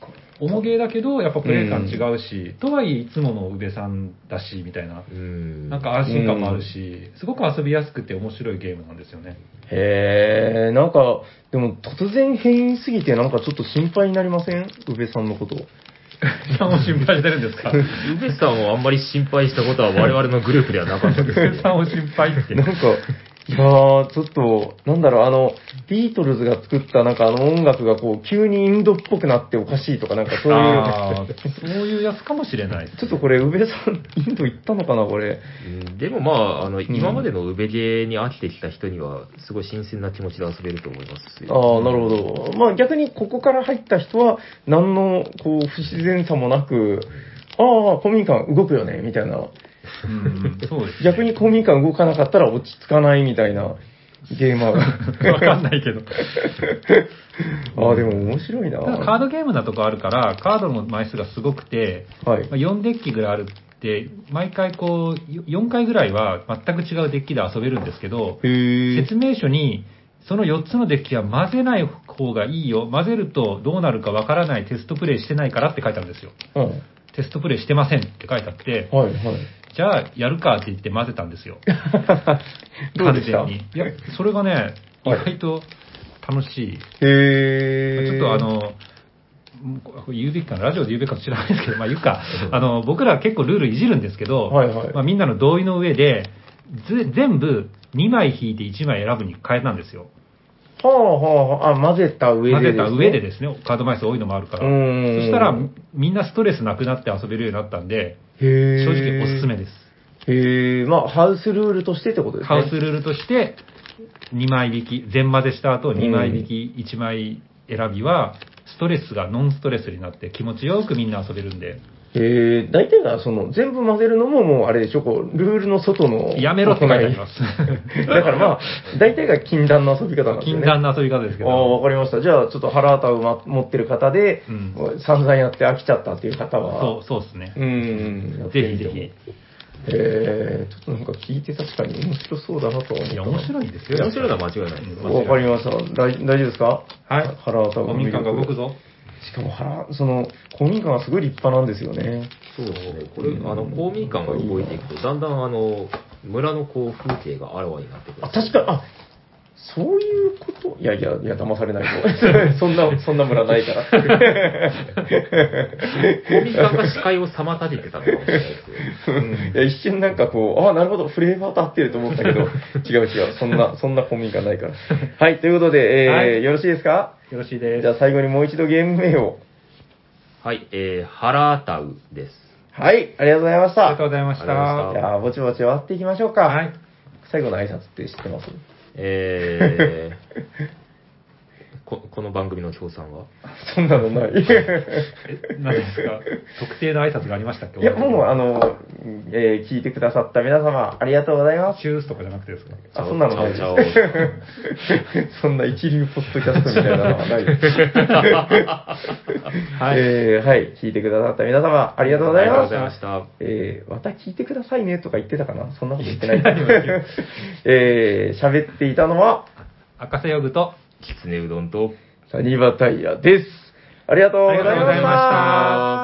確かに。重げだけど、やっぱプレイ感違うし、とはいえ、いつもの宇部さんだし、みたいな。うん。なんか安心感もあるし、すごく遊びやすくて面白いゲームなんですよね。へえ、なんか、でも突然変異すぎて、なんかちょっと心配になりません宇部さんのこと。さんも心配してるんですか宇部さんをあんまり心配したことは我々のグループではなかったですけ宇ど 部さんを心配って。なんか、いやー、ちょっと、なんだろう、あの、ビートルズが作ったなんかあの音楽がこう、急にインドっぽくなっておかしいとか、なんかそういう、あーそういうやつかもしれないですねちょっとこれ、宇部さん、インド行ったのかな、これ。うんでもまあ、あの、今までの宇部ゲに飽きてきた人には、すごい新鮮な気持ちで遊べると思いますああ、なるほど。まあ逆にここから入った人は、何のこう不自然さもなく、ああ、公民館動くよね、みたいな。うんそうですね、逆に公民館動かなかったら落ち着かないみたいなゲーマー わか んないけど。が。ああ、でも面白いな。ただカードゲームなとこあるから、カードの枚数がすごくて、はい。まあ4デッキぐらいあるって、毎回こう、4回ぐらいは全く違うデッキで遊べるんですけど、へえ。説明書に、その4つのデッキは混ぜない方がいいよ。混ぜるとどうなるかわからないテストプレイしてないからって書いてあるんですよ。うん。テストプレイしてませんって書いてあって、はい、はい。 じゃあやるかって言って混ぜたんですよ。どうでした完全に。いや、それがね、意はい外と楽しい。へえ。ちょっとあ、の、これ言うべきかな、ラジオで言うべきかもしれないですけど、まあ言うか、あの、僕ら結構ルールいじるんですけど、はいはいまあみんなの同意の上で、ぜ全部2枚引いて1枚選ぶに変えたんですよ。はあはあはあ、あ、混ぜた上でです混ぜね、た上でですね、カード枚数多いのもあるから。うんそしたら、みんなストレスなくなって遊べるようになったんで、へえ。正直おすすめです。す。へえ、まあ、ハウスルールとしてってことですね。ハウスルールとして、2枚引き、全混ぜした後2枚引き、1枚選びは、ストレスがノンストレスになって気持ちよくみんな遊べるんで、えー、大体がその全部混ぜるのももうあれでしょ、こう、ルールの外の。やめろって書いてあります。 だからまあ、大体が禁断の遊び方なんですよ禁ね。断の遊び方ですけああ、ど、わかりました。じゃあ、ちょっと腹当たをま持ってる方で、うん散々やって飽きちゃったっていう方そは、う、そうですね。うん、やっぜてみひてぜもひ。。えー、ちょっとなんか聞いて確かに面白そうだなとは思ったな。いや、面白いんですよ。面白いのは間違いないです。間違いないわかりました。大大丈夫ですかはい腹当た公民館が動く。ぞ。しかも腹、その、公民館がすごい立派なんですよね。そうですね。これ、あの、公民館が動いていくと、だんだん、あの、村のこう風景があらわになってくる。あ、確かに、あ、そういうこといやいや、いや、騙されないと。 そんな、そんな村ないから。コミカが視界を妨げてたのかもしれない ですね。いや一瞬なんかこう、ああ、なるほど、フレーバーと合ってると思った けど、違う違う、そんな、そんなコンビがないから。はい、ということで、えーはいよろしいですかよろしいでじゃあ最後にもう一度ゲーム名を。はい、えー、ハラータウです。はい、ありがとうございましありた。がとうございました。ありじがとうございましたゃあ、ぼちぼち終わっていきましょうか。はい。最後の挨拶って知ってますえ ー、ここの番組の協賛はそんなの ない。いえ何ですか特定の挨拶がありましたっけや、もう、あの、えー聞いてくださった皆様、ありがとうございます。チュースとかじゃなくてですかあ、そんなのないですちゃおちゃおちゃお そんな一流ポッドキャストみたいなのはないです。はいえーはい、聞いてくださった皆様、ありがとうございありがとうまごすざい。ました。えーまた聞いてくださいねとか言ってたかなそんなこと言ってないかなえー喋っていたのは、赤瀬ヨグと、きつねうどんと、サニバタイヤです。ありがとうございました。ありがとうございました